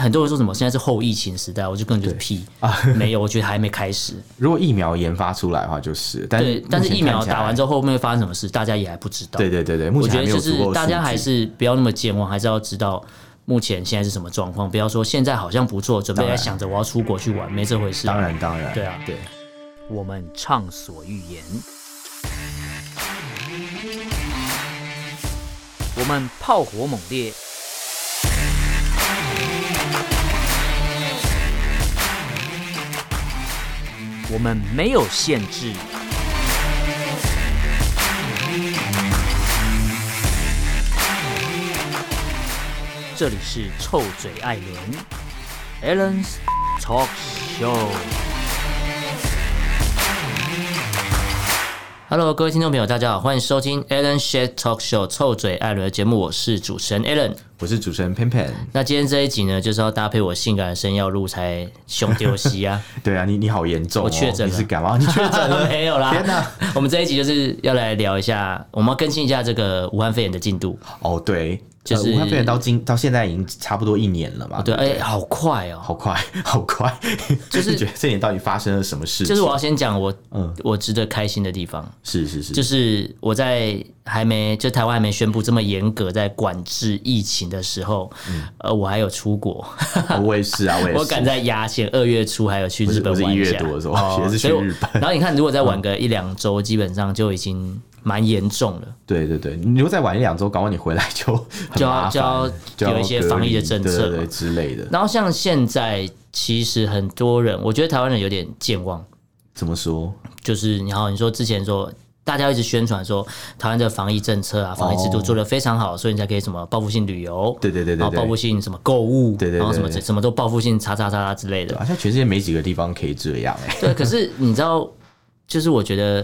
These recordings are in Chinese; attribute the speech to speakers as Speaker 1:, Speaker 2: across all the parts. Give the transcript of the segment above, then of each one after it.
Speaker 1: 很多人说什么现在是后疫情时代，我就根本就是屁啊，没有，我觉得还没开始。
Speaker 2: 如果疫苗研发出来的话，就是， 但
Speaker 1: 对，但是疫苗打完之
Speaker 2: 后，
Speaker 1: 后后面会发生什么事，大家也还不知道。
Speaker 2: 对对对对，目
Speaker 1: 我觉
Speaker 2: 前还
Speaker 1: 得
Speaker 2: 没有
Speaker 1: 就
Speaker 2: 足
Speaker 1: 是
Speaker 2: 够的
Speaker 1: 大家
Speaker 2: 数
Speaker 1: 还
Speaker 2: 据
Speaker 1: 是不要那么健忘，还是要知道目前现在是什么状况，不要说现在好像不错，准备
Speaker 2: 当
Speaker 1: 来
Speaker 2: 然
Speaker 1: 想着我要出国去玩，没这回事。
Speaker 2: 当，然当然，
Speaker 1: 对啊
Speaker 2: 对。
Speaker 1: 我们畅所欲言；我们炮火猛烈；我们没有限制。这里是臭嘴艾伦 a l l e n s Talk Show。Hello，各位听众朋友，大家好，欢迎收听 Alan s h a t Talk Show 臭嘴艾伦的节目，我是主持人 Alan。
Speaker 2: 我是主持人 Pan Pan，
Speaker 1: 那今天这一集呢，就是要搭配我性感的声音要录才凶丢西啊，
Speaker 2: 对啊，你你好严重、哦，
Speaker 1: 我确诊了
Speaker 2: 你是感冒，你 确诊了，
Speaker 1: 没有啦。
Speaker 2: 天哪！
Speaker 1: 我们这一集就是要来聊一下，我们要更新一下这个武汉肺炎的进度。
Speaker 2: 哦，对，
Speaker 1: 就是
Speaker 2: 呃武汉肺炎到今到现在已经差不多一年了嘛，
Speaker 1: 对，
Speaker 2: 不
Speaker 1: 哎、好快哦、
Speaker 2: 好快， 好快，
Speaker 1: 就是
Speaker 2: 觉得这年到底发生了什么事情？
Speaker 1: 就是我要先讲我，
Speaker 2: 嗯
Speaker 1: 我值得开心的地方，
Speaker 2: 是是是，
Speaker 1: 就是我在还没就台湾还没宣布这么严格在管制疫情的时候，呃，我还有出国。
Speaker 2: 哦我也是啊，我也是，
Speaker 1: 我赶在压线，二月初还有去日本
Speaker 2: 我是
Speaker 1: 玩
Speaker 2: 一
Speaker 1: 一
Speaker 2: 月
Speaker 1: 下，
Speaker 2: 多的时候
Speaker 1: 哦
Speaker 2: 也是去
Speaker 1: 所以我
Speaker 2: 日本嗯
Speaker 1: 然后你看，如果再晚个一两周，基本上就已经蛮严重了，
Speaker 2: 对对对，你如果再晚一两周，搞完你回来就很
Speaker 1: 就
Speaker 2: 麻
Speaker 1: 要
Speaker 2: 烦
Speaker 1: 就要
Speaker 2: 就要
Speaker 1: 有一些
Speaker 2: 隔
Speaker 1: 防疫的
Speaker 2: 离
Speaker 1: 政
Speaker 2: 对
Speaker 1: 策
Speaker 2: 对对
Speaker 1: 嘛。
Speaker 2: 之类的。
Speaker 1: 然后像现在，其实很多人，我觉得台湾人有点健忘，
Speaker 2: 怎么说？
Speaker 1: 就是你好，你说之前说。大家一直宣传说台湾的防疫政策啊、防疫制度
Speaker 2: 哦
Speaker 1: 做得非常好，所以你才可以什么报复性旅游，
Speaker 2: 对对对对
Speaker 1: 然后报
Speaker 2: 对
Speaker 1: 复性什么购物，
Speaker 2: 对对对
Speaker 1: 然后什么
Speaker 2: 对
Speaker 1: 什么都报复性叉叉叉叉之类的
Speaker 2: 好。像啊全世界没几个地方可以这样哎、
Speaker 1: 对，可是你知道，就是我觉得，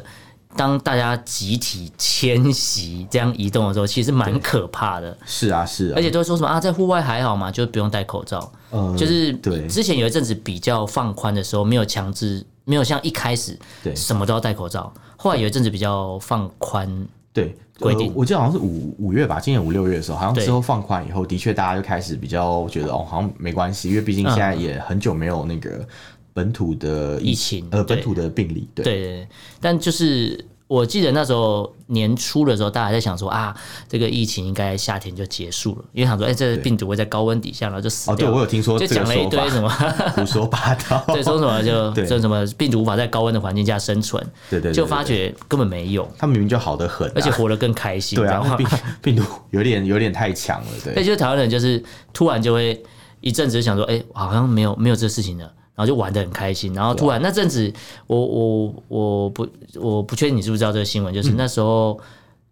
Speaker 1: 当大家集体迁徙这样移动的时候，其实蛮可怕的。
Speaker 2: 是啊是啊，
Speaker 1: 而且都会说什么啊，在户外还好嘛，就不用戴口罩。
Speaker 2: 嗯
Speaker 1: 就是
Speaker 2: 对
Speaker 1: 之前有一阵子比较放宽的时候，没有强制，没有像一开始
Speaker 2: 对
Speaker 1: 什么都要戴口罩。后来有一阵子比较放宽，
Speaker 2: 对
Speaker 1: 规定
Speaker 2: 呃我记得好像是五五月吧，今年五六月的时候，好像
Speaker 1: 对
Speaker 2: 之后放宽以后，的确大家就开始比较觉得哦，好像没关系，因为毕竟现在也很久没有那个本土的
Speaker 1: 疫情
Speaker 2: 呃，
Speaker 1: 对
Speaker 2: 本土的病例，对
Speaker 1: 对对对。但就是我记得那时候年初的时候，大家还在想说啊，这个疫情应该夏天就结束了，因为想说，哎、这个病毒会在高温底下，然后就死
Speaker 2: 哦，
Speaker 1: 掉
Speaker 2: 对
Speaker 1: 了。
Speaker 2: 我有听说
Speaker 1: 就
Speaker 2: 这
Speaker 1: 讲
Speaker 2: 个
Speaker 1: 了一
Speaker 2: 说
Speaker 1: 堆什
Speaker 2: 法，
Speaker 1: 么，
Speaker 2: 胡说八道，
Speaker 1: 对，说什么就
Speaker 2: 对
Speaker 1: 就什么病毒无法在高温的环境下生存，
Speaker 2: 对对对
Speaker 1: 就发
Speaker 2: 对对
Speaker 1: 觉根本没有，
Speaker 2: 他们明明就好得很啊、
Speaker 1: 而且活得更开心。
Speaker 2: 对
Speaker 1: 这样
Speaker 2: 啊，病病毒有点有点太强了，
Speaker 1: 所以
Speaker 2: 对
Speaker 1: 就是台湾人就是突然就会一阵子就想说，哎、好像没有没有这事情了。然后就玩的很开心，然后突然
Speaker 2: 啊
Speaker 1: 那阵子，我我我不我不确定你知不知道这个新闻，
Speaker 2: 嗯
Speaker 1: 就是那时候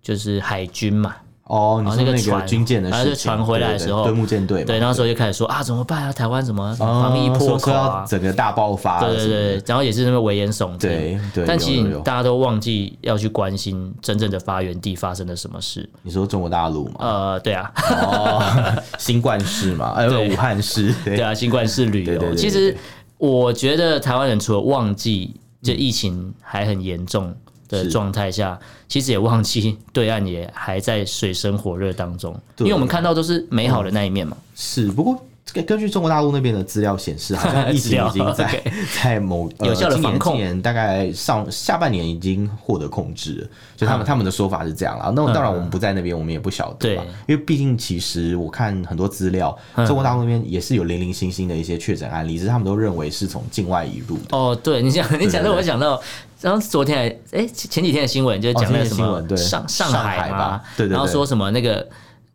Speaker 1: 就是海军嘛，
Speaker 2: 哦，你
Speaker 1: 哦
Speaker 2: 说
Speaker 1: 那个
Speaker 2: 那个
Speaker 1: 船
Speaker 2: 军舰的
Speaker 1: 然后
Speaker 2: 事
Speaker 1: 就
Speaker 2: 情，
Speaker 1: 传回
Speaker 2: 对
Speaker 1: 来
Speaker 2: 对
Speaker 1: 的
Speaker 2: 对
Speaker 1: 时候
Speaker 2: 对木舰队嘛，
Speaker 1: 对，那时候就开始说啊，怎么办啊？台湾什么
Speaker 2: 哦
Speaker 1: 防疫破
Speaker 2: 说
Speaker 1: 口
Speaker 2: 说
Speaker 1: 啊
Speaker 2: 要？整个大爆发，
Speaker 1: 对对对，，然后也是那边危言耸听。
Speaker 2: 对对
Speaker 1: 但其
Speaker 2: 有
Speaker 1: 实
Speaker 2: 有有
Speaker 1: 大家都忘记要去关心真正的发源地发生了什么事。
Speaker 2: 你说中国大陆嘛，
Speaker 1: 呃，对啊，
Speaker 2: 哦， 新冠市 嘛，呃，
Speaker 1: 对
Speaker 2: 武汉市，对
Speaker 1: 对啊，新冠是旅
Speaker 2: 对对
Speaker 1: 游。
Speaker 2: 对
Speaker 1: 其实我觉得台湾人除了忘记这疫情还很严重的
Speaker 2: 是
Speaker 1: 状态下，其实也忘记对岸也还在水深火热当中，因
Speaker 2: 对
Speaker 1: 为我们看到都是美好的那一面嘛。
Speaker 2: 是，不过根根据中国大陆那边的资料显示，好像 疫
Speaker 1: 资
Speaker 2: 情
Speaker 1: 料
Speaker 2: 已经在
Speaker 1: OK
Speaker 2: 在某、呃、
Speaker 1: 有效地
Speaker 2: 今年
Speaker 1: 防控
Speaker 2: 今年大概上下半年已经获得控制了，就
Speaker 1: 嗯
Speaker 2: 他们、他们的说法是这样啦。那当然我们不在那边，我们也不晓得嘛，因为毕竟其实我看很多资料，
Speaker 1: 嗯
Speaker 2: 中国大陆那边也是有零零星星的一些确诊案例，只是他们都认为是从境外引入的。
Speaker 1: 哦，对你讲，你讲
Speaker 2: 对
Speaker 1: 到
Speaker 2: 对
Speaker 1: 我想到，然后昨天还哎前前几天的新闻就讲那个什
Speaker 2: 前几天的新
Speaker 1: 么
Speaker 2: 闻对
Speaker 1: 上上
Speaker 2: 上
Speaker 1: 海
Speaker 2: 海
Speaker 1: 嘛
Speaker 2: 吧，对对对
Speaker 1: 然后说什么那个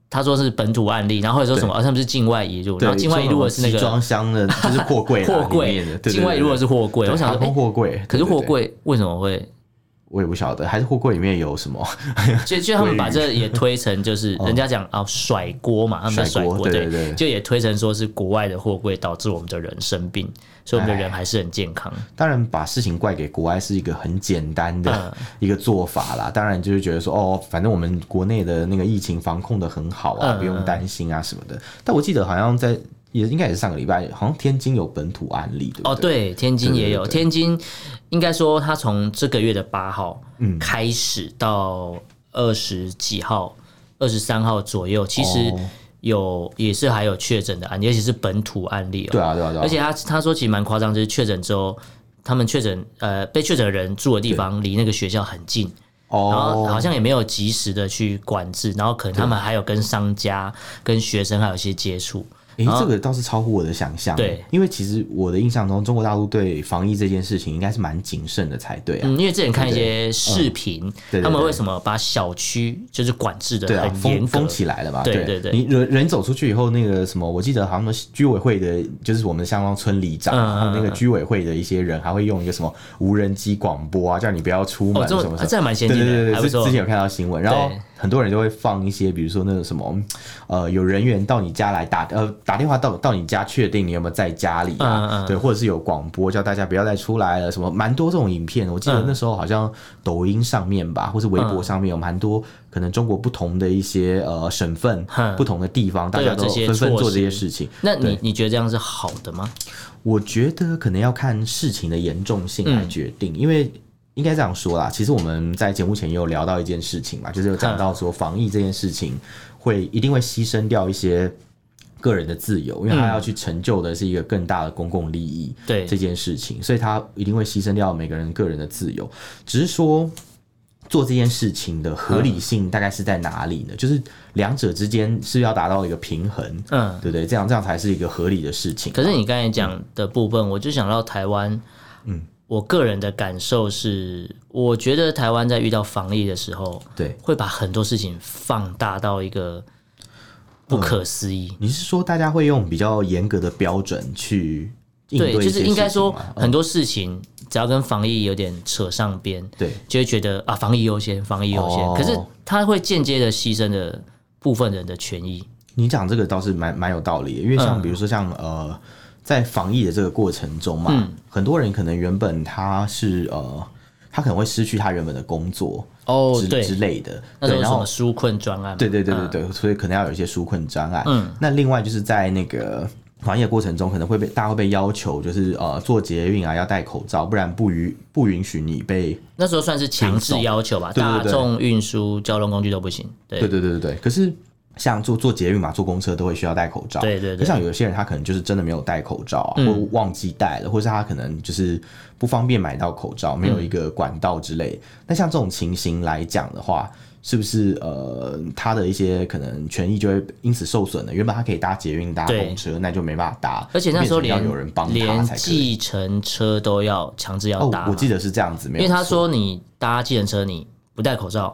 Speaker 1: 他说是本土案例，然后或者说什么哦他们是境外引入，
Speaker 2: 对
Speaker 1: 然后境外引入的是那
Speaker 2: 说什
Speaker 1: 个
Speaker 2: 么集装箱的，就是货柜啦
Speaker 1: 货
Speaker 2: 里
Speaker 1: 柜
Speaker 2: 面的，对，对对
Speaker 1: 境外引入的是货柜，
Speaker 2: 对
Speaker 1: 我想
Speaker 2: 航
Speaker 1: 说，
Speaker 2: 空
Speaker 1: 哎
Speaker 2: 货柜，
Speaker 1: 可是
Speaker 2: 对对
Speaker 1: 货
Speaker 2: 对
Speaker 1: 柜为什么会？
Speaker 2: 我也不晓得，还是货柜里面有什么
Speaker 1: 就就他们把这也推成 就是人家讲啊甩锅嘛，他们在甩
Speaker 2: 哦甩锅
Speaker 1: 锅，
Speaker 2: 对对对
Speaker 1: 就也推成说是国外的货柜导致我们的人生病，所以我们的人还是很健康。
Speaker 2: 当然，把事情怪给国外是一个很简单的
Speaker 1: 嗯
Speaker 2: 一个做法啦。当然，就是觉得说，哦，反正我们国内的那个疫情防控的很好啊，
Speaker 1: 嗯
Speaker 2: 不用担心啊什么的。但我记得好像在也应该也是上个礼拜，好像天津有本土案例，对不对？
Speaker 1: 哦，对，天津也有，
Speaker 2: 对对对
Speaker 1: 天津应该说它从这个月的八号
Speaker 2: 嗯
Speaker 1: 开始到二十几号、二十三号左右，其实
Speaker 2: 哦
Speaker 1: 有也是还有确诊的案例，而且是本土案例、哦。
Speaker 2: 对啊，对啊，对啊。
Speaker 1: 而且他他说其实蛮夸张，就是确诊之后，他们确诊呃被确诊的人住的地方离那个学校很近。然后
Speaker 2: 哦，
Speaker 1: 好像也没有及时的去管制，然后可能他们还有跟商家、跟学生还有一些接触。
Speaker 2: 诶，
Speaker 1: 然后
Speaker 2: 这个倒是超乎我的想象。
Speaker 1: 对，
Speaker 2: 因为其实我的印象中，中国大陆对防疫这件事情应该是蛮谨慎的才对啊。
Speaker 1: 嗯，因为之前看一些视频，
Speaker 2: 对对
Speaker 1: 他们
Speaker 2: 对
Speaker 1: 为什么把小区就是管制的
Speaker 2: 对啊，
Speaker 1: 很严
Speaker 2: 封
Speaker 1: 格？
Speaker 2: 封起来了嘛？
Speaker 1: 对对对
Speaker 2: 对你人人走出去以后，那个什么，我记得好像居委会的，就是我们香港村里长，
Speaker 1: 嗯
Speaker 2: 然后那
Speaker 1: 嗯
Speaker 2: 个
Speaker 1: 嗯
Speaker 2: 居委会的一些人还会用一个什么无人机广播啊，叫你不要出
Speaker 1: 哦，
Speaker 2: 门什
Speaker 1: 这
Speaker 2: 么
Speaker 1: 么
Speaker 2: 什么。
Speaker 1: 啊这还蛮先
Speaker 2: 对
Speaker 1: 进
Speaker 2: 对对
Speaker 1: 的，还
Speaker 2: 对，
Speaker 1: 不
Speaker 2: 之
Speaker 1: 错
Speaker 2: 之前。有看到新闻，然后
Speaker 1: 对
Speaker 2: 很多人都会放一些，比如说那个什么，呃，有人员到你家来打，呃，打电话到到你家确定你有没有在家里
Speaker 1: 嗯嗯嗯，
Speaker 2: 啊对，或者是有广播叫大家不要再出来了，什么蛮多这种影片，我记得
Speaker 1: 嗯
Speaker 2: 那时候好像抖音上面吧，或是微博上面有蛮多，可能中国不同的一些呃省份
Speaker 1: 嗯、
Speaker 2: 不同的地方，大
Speaker 1: 都有
Speaker 2: 家都
Speaker 1: 这些
Speaker 2: 纷纷
Speaker 1: 措
Speaker 2: 做这些
Speaker 1: 施
Speaker 2: 事情。
Speaker 1: 那你
Speaker 2: 对
Speaker 1: 你觉得这样是好的吗？
Speaker 2: 我觉得可能要看事情的严重性来决定，因为应该这样说啦。其实我们在节目前也有聊到一件事情嘛，就是有讲到说防疫这件事情会一定会牺牲掉一些个人的自由，因为他要去成就的是一个更大的公共利益。
Speaker 1: 对
Speaker 2: 这件事情，所以他一定会牺牲掉每个人个人的自由。只是说做这件事情的合理性大概是在哪里呢？就是两者之间是要达到一个平衡，
Speaker 1: 嗯，
Speaker 2: 对不对？这样这样才是一个合理的事情。
Speaker 1: 可是你刚才讲的部分，我就想到台湾，嗯，我个人的感受是，我觉得台湾在遇到防疫的时候，
Speaker 2: 对，
Speaker 1: 会把很多事情放大到一个不可思议。
Speaker 2: 你是说大家会用比较严格的标准去嗯应
Speaker 1: 对，
Speaker 2: 一
Speaker 1: 就
Speaker 2: 些
Speaker 1: 是应该说
Speaker 2: 事情吗嗯
Speaker 1: 很多事情只要跟防疫有点扯上边，
Speaker 2: 对
Speaker 1: 就会觉得啊，防疫优先，防疫优先。
Speaker 2: 哦
Speaker 1: 可是它会间接的牺牲了部分人的权益。
Speaker 2: 你讲这个倒是蛮蛮有道理的，因为像
Speaker 1: 嗯
Speaker 2: 比如说像、呃，在防疫的这个过程中嘛，
Speaker 1: 嗯
Speaker 2: 很多人可能原本他是呃，他可能会失去他原本的工作
Speaker 1: 哦
Speaker 2: 之
Speaker 1: 对，
Speaker 2: 之类的，
Speaker 1: 那时候
Speaker 2: 对，
Speaker 1: 有
Speaker 2: 然
Speaker 1: 什
Speaker 2: 后
Speaker 1: 么纾困专案嘛？
Speaker 2: 对对对对
Speaker 1: 嗯
Speaker 2: 对，所以可能要有一些纾困障碍。嗯，那另外就是在那个防疫的过程中，可能会被大家会被要求，就是呃，做捷运啊要戴口罩，不然不允不允许你被
Speaker 1: 那时候算是强制要求吧，
Speaker 2: 对对
Speaker 1: 大
Speaker 2: 对
Speaker 1: 众运输交通工具都不行。
Speaker 2: 对
Speaker 1: 对
Speaker 2: 对对对对。可是像坐坐捷运嘛，坐公车都会需要戴口罩。
Speaker 1: 对对对嗯
Speaker 2: 可像有些人他可能就是真的没有戴口罩啊，或忘记戴了，或是他可能就是不方便买到口罩，没有一个管道之类。
Speaker 1: 嗯
Speaker 2: 那像这种情形来讲的话。是不是呃，他的一些可能权益就会因此受损了？原本他可以搭捷运、搭
Speaker 1: 对
Speaker 2: 公车，那就没办法搭，
Speaker 1: 而且那时候
Speaker 2: 变成
Speaker 1: 连
Speaker 2: 要有人帮他
Speaker 1: 连
Speaker 2: 才可以。
Speaker 1: 计程车都要强制要
Speaker 2: 哦
Speaker 1: 搭、，
Speaker 2: 我记得是这样子，没
Speaker 1: 因
Speaker 2: 有
Speaker 1: 为他
Speaker 2: 错
Speaker 1: 说你搭计程车你不戴口罩，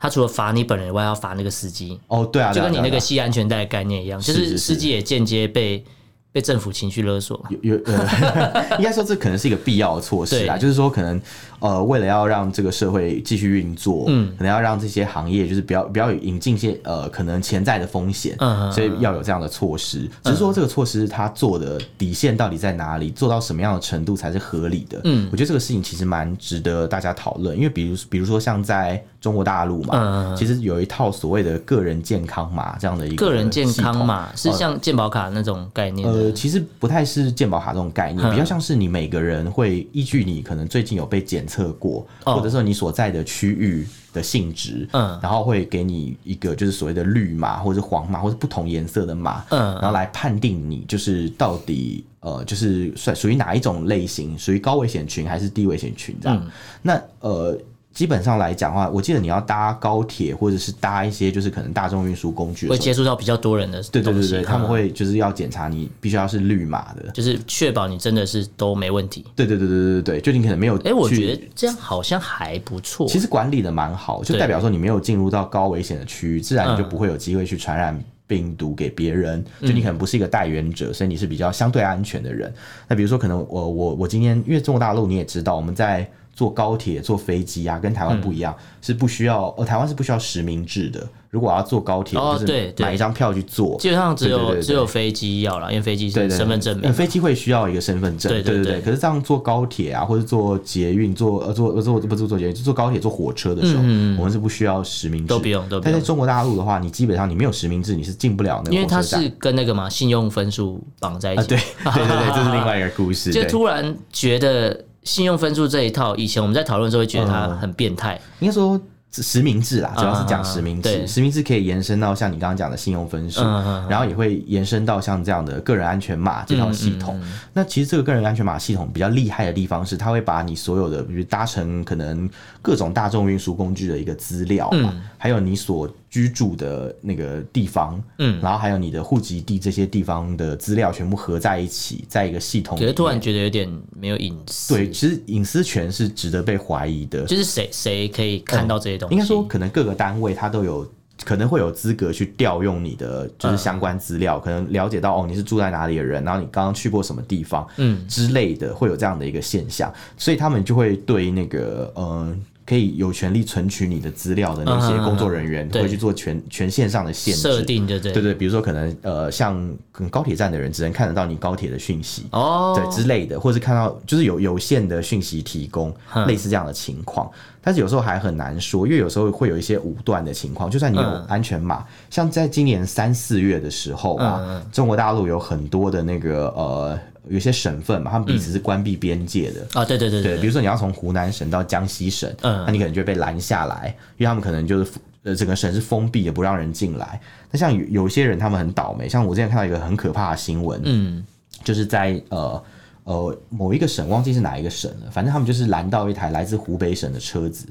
Speaker 1: 他除了罚你本人以外，还要罚那个司机，
Speaker 2: 哦，对啊，
Speaker 1: 就
Speaker 2: 对啊
Speaker 1: 跟你
Speaker 2: 对啊
Speaker 1: 那
Speaker 2: 对
Speaker 1: 个
Speaker 2: 啊
Speaker 1: 系安全带的概念一样，就是
Speaker 2: 是
Speaker 1: 是
Speaker 2: 是
Speaker 1: 司机也间接被被政府情绪勒索嘛。
Speaker 2: 有有呃， 应该说这可能是一个必要的措施啊，
Speaker 1: 对
Speaker 2: 就是说可能呃，为了要让这个社会继续运作，嗯，可能要让这些行业就是不要不要引进一些呃可能潜在的风险，
Speaker 1: 嗯嗯嗯
Speaker 2: 所以要有这样的措施。只是说这个措施它做的底线到底在哪里，做到什么样的程度才是合理的？嗯，我觉得这个事情其实蛮值得大家讨论，因为比如比如说像在中国大陆嘛，
Speaker 1: 嗯嗯嗯
Speaker 2: 其实有一套所谓的个人健康码这样的一个
Speaker 1: 个人健
Speaker 2: 系
Speaker 1: 康
Speaker 2: 统
Speaker 1: 嘛，是像健保卡那种概念
Speaker 2: 哦呃，
Speaker 1: 的。
Speaker 2: 其实不太是健保卡这种概念，
Speaker 1: 嗯
Speaker 2: 比较像是你每个人会依据你可能最近有被检测过，
Speaker 1: 哦
Speaker 2: 或者说你所在的区域的性质，
Speaker 1: 嗯
Speaker 2: 然后会给你一个就是所谓的绿码或者黄码或者不同颜色的码，
Speaker 1: 嗯
Speaker 2: 然后来判定你就是到底呃就是算属于哪一种类型，属于高危险群还是低危险群这样。
Speaker 1: 嗯
Speaker 2: 那呃。基本上来讲的话，我记得你要搭高铁或者是搭一些就是可能大众运输工具的
Speaker 1: 会
Speaker 2: 时候，
Speaker 1: 接触到比较多人的
Speaker 2: 对对
Speaker 1: 东
Speaker 2: 对
Speaker 1: 西
Speaker 2: 对，他们会就是要检查你必须要是绿码的，
Speaker 1: 就是确保你真的是都没问题。
Speaker 2: 对对对对对对，就你可能没有去。
Speaker 1: 哎、我觉得这样好像还不错。
Speaker 2: 其实管理的蛮好，就
Speaker 1: 对
Speaker 2: 代表说你没有进入到高危险的区域，自然你就不会有机会去传染病毒给别人。就你可能不是一个带源者，所以你是比较相对安全的人。那比如说，可能我我我今天因为中国大陆你也知道，我们在。坐高铁、坐飞机啊，跟台湾不一样，是不需要呃，台湾是不需要实名制的。如果我要坐高铁，
Speaker 1: 哦
Speaker 2: 就
Speaker 1: 对
Speaker 2: 是
Speaker 1: 对
Speaker 2: 买一张票去坐，
Speaker 1: 基本上只有
Speaker 2: 对对对对
Speaker 1: 只有飞机要了，因为飞机
Speaker 2: 对
Speaker 1: 是
Speaker 2: 对对
Speaker 1: 身份证明啊
Speaker 2: 呃。飞机会需要一个身份证，
Speaker 1: 对对
Speaker 2: 对
Speaker 1: 对
Speaker 2: 可是这样坐高铁啊，或者坐捷运、坐呃坐呃坐不是坐捷运，就坐高铁、坐火车的时候，我们是不需要实名制，
Speaker 1: 嗯都不用都不用
Speaker 2: 但在中国大陆的话，你基本上你没有实名制，你是进不了那个
Speaker 1: 因为
Speaker 2: 火
Speaker 1: 它
Speaker 2: 车站。
Speaker 1: 是跟那个嘛信用分数绑在一
Speaker 2: 啊，
Speaker 1: 起，
Speaker 2: 对 对对 对，这是另外一个故事。
Speaker 1: 就
Speaker 2: 对
Speaker 1: 突然觉得信用分数这一套，以前我们在讨论的时候会觉得它
Speaker 2: 嗯
Speaker 1: 很变态，
Speaker 2: 应该说。实名制啦，主要是
Speaker 1: 嗯嗯嗯
Speaker 2: 讲实名制。
Speaker 1: 对
Speaker 2: 实名制可以延伸到像你刚刚讲的信用分
Speaker 1: 嗯
Speaker 2: 数，
Speaker 1: 嗯嗯
Speaker 2: 然后也会延伸到像这样的个人安全码这套系
Speaker 1: 嗯
Speaker 2: 统。那其实这个个人安全码系统比较厉害的地方是，它会把你所有的，比如搭乘可能各种大众运输工具的一个资料嘛，
Speaker 1: 嗯
Speaker 2: 还有你所居住的那个地方，
Speaker 1: 嗯
Speaker 2: 然后还有你的户籍地这些地方的资料全部合在一起，在一个系统里
Speaker 1: 可是
Speaker 2: 面。
Speaker 1: 突然觉得有点没有隐私，
Speaker 2: 对，，其实隐私权是值得被怀疑的。
Speaker 1: 就是谁谁可以看到这些东西？
Speaker 2: 应该说，可能各个单位它都有。可能会有资格去调用你的就是相关资料，可能了解到哦你是住在哪里的人，然后你刚刚去过什么地方，
Speaker 1: 嗯
Speaker 2: 之类的，会有这样的一个现象，所以他们就会对那个呃可以有权利存取你的资料的那些
Speaker 1: 嗯
Speaker 2: 工作人员，
Speaker 1: 对
Speaker 2: 会去做权权限上的限制
Speaker 1: 设定，对不对？
Speaker 2: 对对，比如说可能呃像可能高铁站的人只能看得到你高铁的讯息，
Speaker 1: 哦，
Speaker 2: 对之类的，或是看到就是有有限的讯息提供，类似这样的情况。但是有时候还很难说，因为有时候会有一些武断的情况。就算你有
Speaker 1: 嗯
Speaker 2: 安全码，像在今年三四月的时候啊，
Speaker 1: 嗯
Speaker 2: 中国大陆有很多的那个呃，有一些省份嘛，他们彼此是关闭边界的。
Speaker 1: 啊，对对对
Speaker 2: 对，比
Speaker 1: 对，
Speaker 2: 如说你要从湖南省到江西省，
Speaker 1: 嗯
Speaker 2: 那你可能就会被拦下来，因为他们可能就是呃整个省是封闭的，不让人进来。那像有有些人他们很倒霉，像我之前看到一个很可怕的新闻，
Speaker 1: 嗯，
Speaker 2: 就是在呃呃某一个省，忘记是哪一个省了，反正他们就是拦到一台来自湖北省的车子。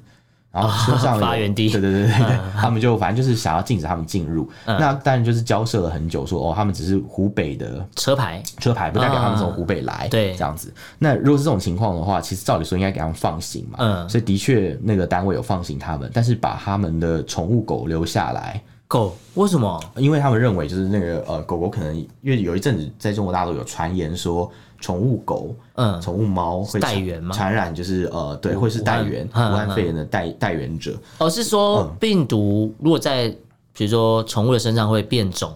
Speaker 2: 然后车上有、
Speaker 1: 啊发源地嗯
Speaker 2: 对对对对对， 他们就反正就是想要禁止他们进入。那当然就是交涉了很久说哦，他们只是湖北的
Speaker 1: 车牌
Speaker 2: 车牌，不代表他们从
Speaker 1: 啊
Speaker 2: 湖北来，
Speaker 1: 对
Speaker 2: 这样子。那如果是这种情况的话，其实照理说应该给他们放行嘛，
Speaker 1: 嗯
Speaker 2: 所以的确那个单位有放行他们，但是把他们的宠物狗留下来，
Speaker 1: 狗，为什么？
Speaker 2: 因为他们认为就是那个呃狗狗可能因为有一阵子在中国大陆有传言说宠物狗
Speaker 1: 嗯
Speaker 2: 宠物猫会
Speaker 1: 带源吗
Speaker 2: 传染就是呃对会是带源武
Speaker 1: 武汉嗯
Speaker 2: 汉肺炎的带带源者
Speaker 1: 哦，是说
Speaker 2: 嗯
Speaker 1: 病毒如果在比如说宠物的身上会变种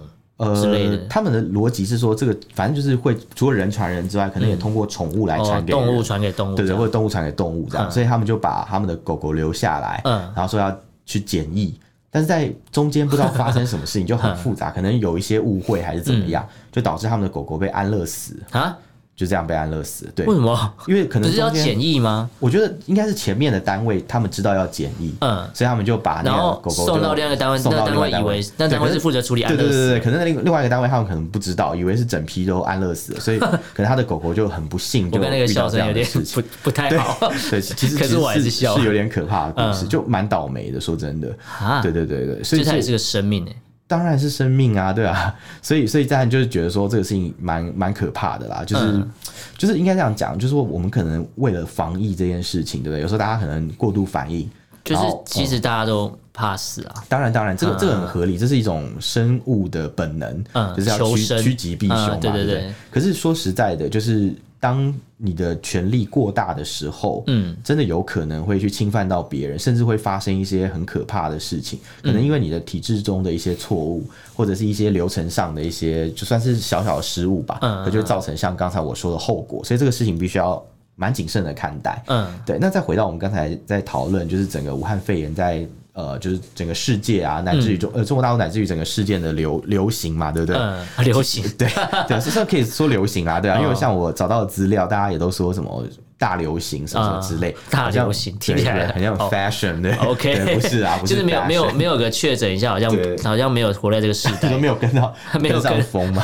Speaker 1: 之类的，
Speaker 2: 呃他们的逻辑是说这个反正就是会除了人传人之外，可能也通过宠物来
Speaker 1: 哦
Speaker 2: 传，给人
Speaker 1: 动物传给动物，
Speaker 2: 对对，
Speaker 1: 这样
Speaker 2: 或者动物传给动物这样，所以他们就把他们的狗狗留下来，
Speaker 1: 嗯
Speaker 2: 然后说要去检疫，但是在中间不知道发生什么事情就
Speaker 1: 嗯
Speaker 2: 很复杂，可能有一些误会还是怎么样，就导致他们的狗狗被安乐死，
Speaker 1: 啊？
Speaker 2: 就这样被安乐死。对
Speaker 1: 为，什么？
Speaker 2: 因为
Speaker 1: 不
Speaker 2: 可能
Speaker 1: 是要
Speaker 2: 中间
Speaker 1: 检疫吗？
Speaker 2: 我觉得应该是前面的单位他们知道要检疫，
Speaker 1: 嗯
Speaker 2: 所以他们就把啊那
Speaker 1: 然
Speaker 2: 个
Speaker 1: 后
Speaker 2: 狗狗
Speaker 1: 送到另外一个单位，
Speaker 2: 送
Speaker 1: 那
Speaker 2: 到
Speaker 1: 单
Speaker 2: 另外
Speaker 1: 位
Speaker 2: 一个
Speaker 1: 以
Speaker 2: 单位
Speaker 1: 为那单位
Speaker 2: 对可
Speaker 1: 是
Speaker 2: 是
Speaker 1: 负责处理安
Speaker 2: 对对
Speaker 1: 乐
Speaker 2: 对
Speaker 1: 死
Speaker 2: 对，可能那另另外一个单位他们可能不知道，以为是整批都安乐死 了，所以可能他的狗狗就很不幸
Speaker 1: 我
Speaker 2: 就
Speaker 1: 跟那个
Speaker 2: 遇
Speaker 1: 笑
Speaker 2: 到这
Speaker 1: 声有
Speaker 2: 样的
Speaker 1: 点
Speaker 2: 事
Speaker 1: 不
Speaker 2: 情。
Speaker 1: 不太好
Speaker 2: 对，其实
Speaker 1: 可是
Speaker 2: 其实
Speaker 1: 我还是笑
Speaker 2: 是有点可怕的故事，
Speaker 1: 嗯
Speaker 2: 就蛮倒霉的。说真的，
Speaker 1: 啊。
Speaker 2: 对对对对，所
Speaker 1: 这
Speaker 2: 以
Speaker 1: 它也
Speaker 2: 是
Speaker 1: 是个生命欸诶，
Speaker 2: 当然是生命啊，对啊，所以所以当然就是觉得说这个事情蛮蛮可怕的啦，就是、
Speaker 1: 嗯
Speaker 2: 就是应该这样讲，就是说我们可能为了防疫这件事情，对不对？有时候大家可能过度反应，
Speaker 1: 就是
Speaker 2: 然后
Speaker 1: 其实大家都怕死啊，
Speaker 2: 当然，当然，这个
Speaker 1: 嗯
Speaker 2: 这个很合理，这是一种生物的本能，
Speaker 1: 嗯
Speaker 2: 就是要
Speaker 1: 求
Speaker 2: 趋
Speaker 1: 生
Speaker 2: 趋吉避凶嘛，
Speaker 1: 嗯对
Speaker 2: 对
Speaker 1: 对
Speaker 2: 不
Speaker 1: 对。
Speaker 2: 可是说实在的，就是当你的权力过大的时候，
Speaker 1: 嗯，
Speaker 2: 真的有可能会去侵犯到别人，甚至会发生一些很可怕的事情，可
Speaker 1: 嗯
Speaker 2: 能因为你的体制中的一些错误，或者是一些流程上的一些，就算是小小的失误吧，
Speaker 1: 嗯嗯
Speaker 2: 可就会造成像刚才我说的后果，所以这个事情必须要蛮谨慎的看待，
Speaker 1: 嗯，
Speaker 2: 对，那再回到我们刚才在讨论，就是整个武汉肺炎在呃，就是整个世界啊，乃至于中、呃中国大陆乃至于整个世界的流流行嘛，对不对？
Speaker 1: 嗯，流行
Speaker 2: 对对，是说可以说流行啦，对啊，因为
Speaker 1: 哦
Speaker 2: 像我找到的资料，大家也都说什么大流行什么什么之类，
Speaker 1: 啊大
Speaker 2: 好像
Speaker 1: 流行
Speaker 2: 对
Speaker 1: 听起来
Speaker 2: 对很像
Speaker 1: 哦
Speaker 2: fashion 对
Speaker 1: OK，
Speaker 2: 对不是啊，不
Speaker 1: 就是没有没有
Speaker 2: fashion
Speaker 1: 没有个确诊一下，好像
Speaker 2: 对
Speaker 1: 好像没有活在这个时
Speaker 2: 你
Speaker 1: 代
Speaker 2: 都。没有跟到
Speaker 1: 没有
Speaker 2: 跟上
Speaker 1: 跟
Speaker 2: 风 嘛，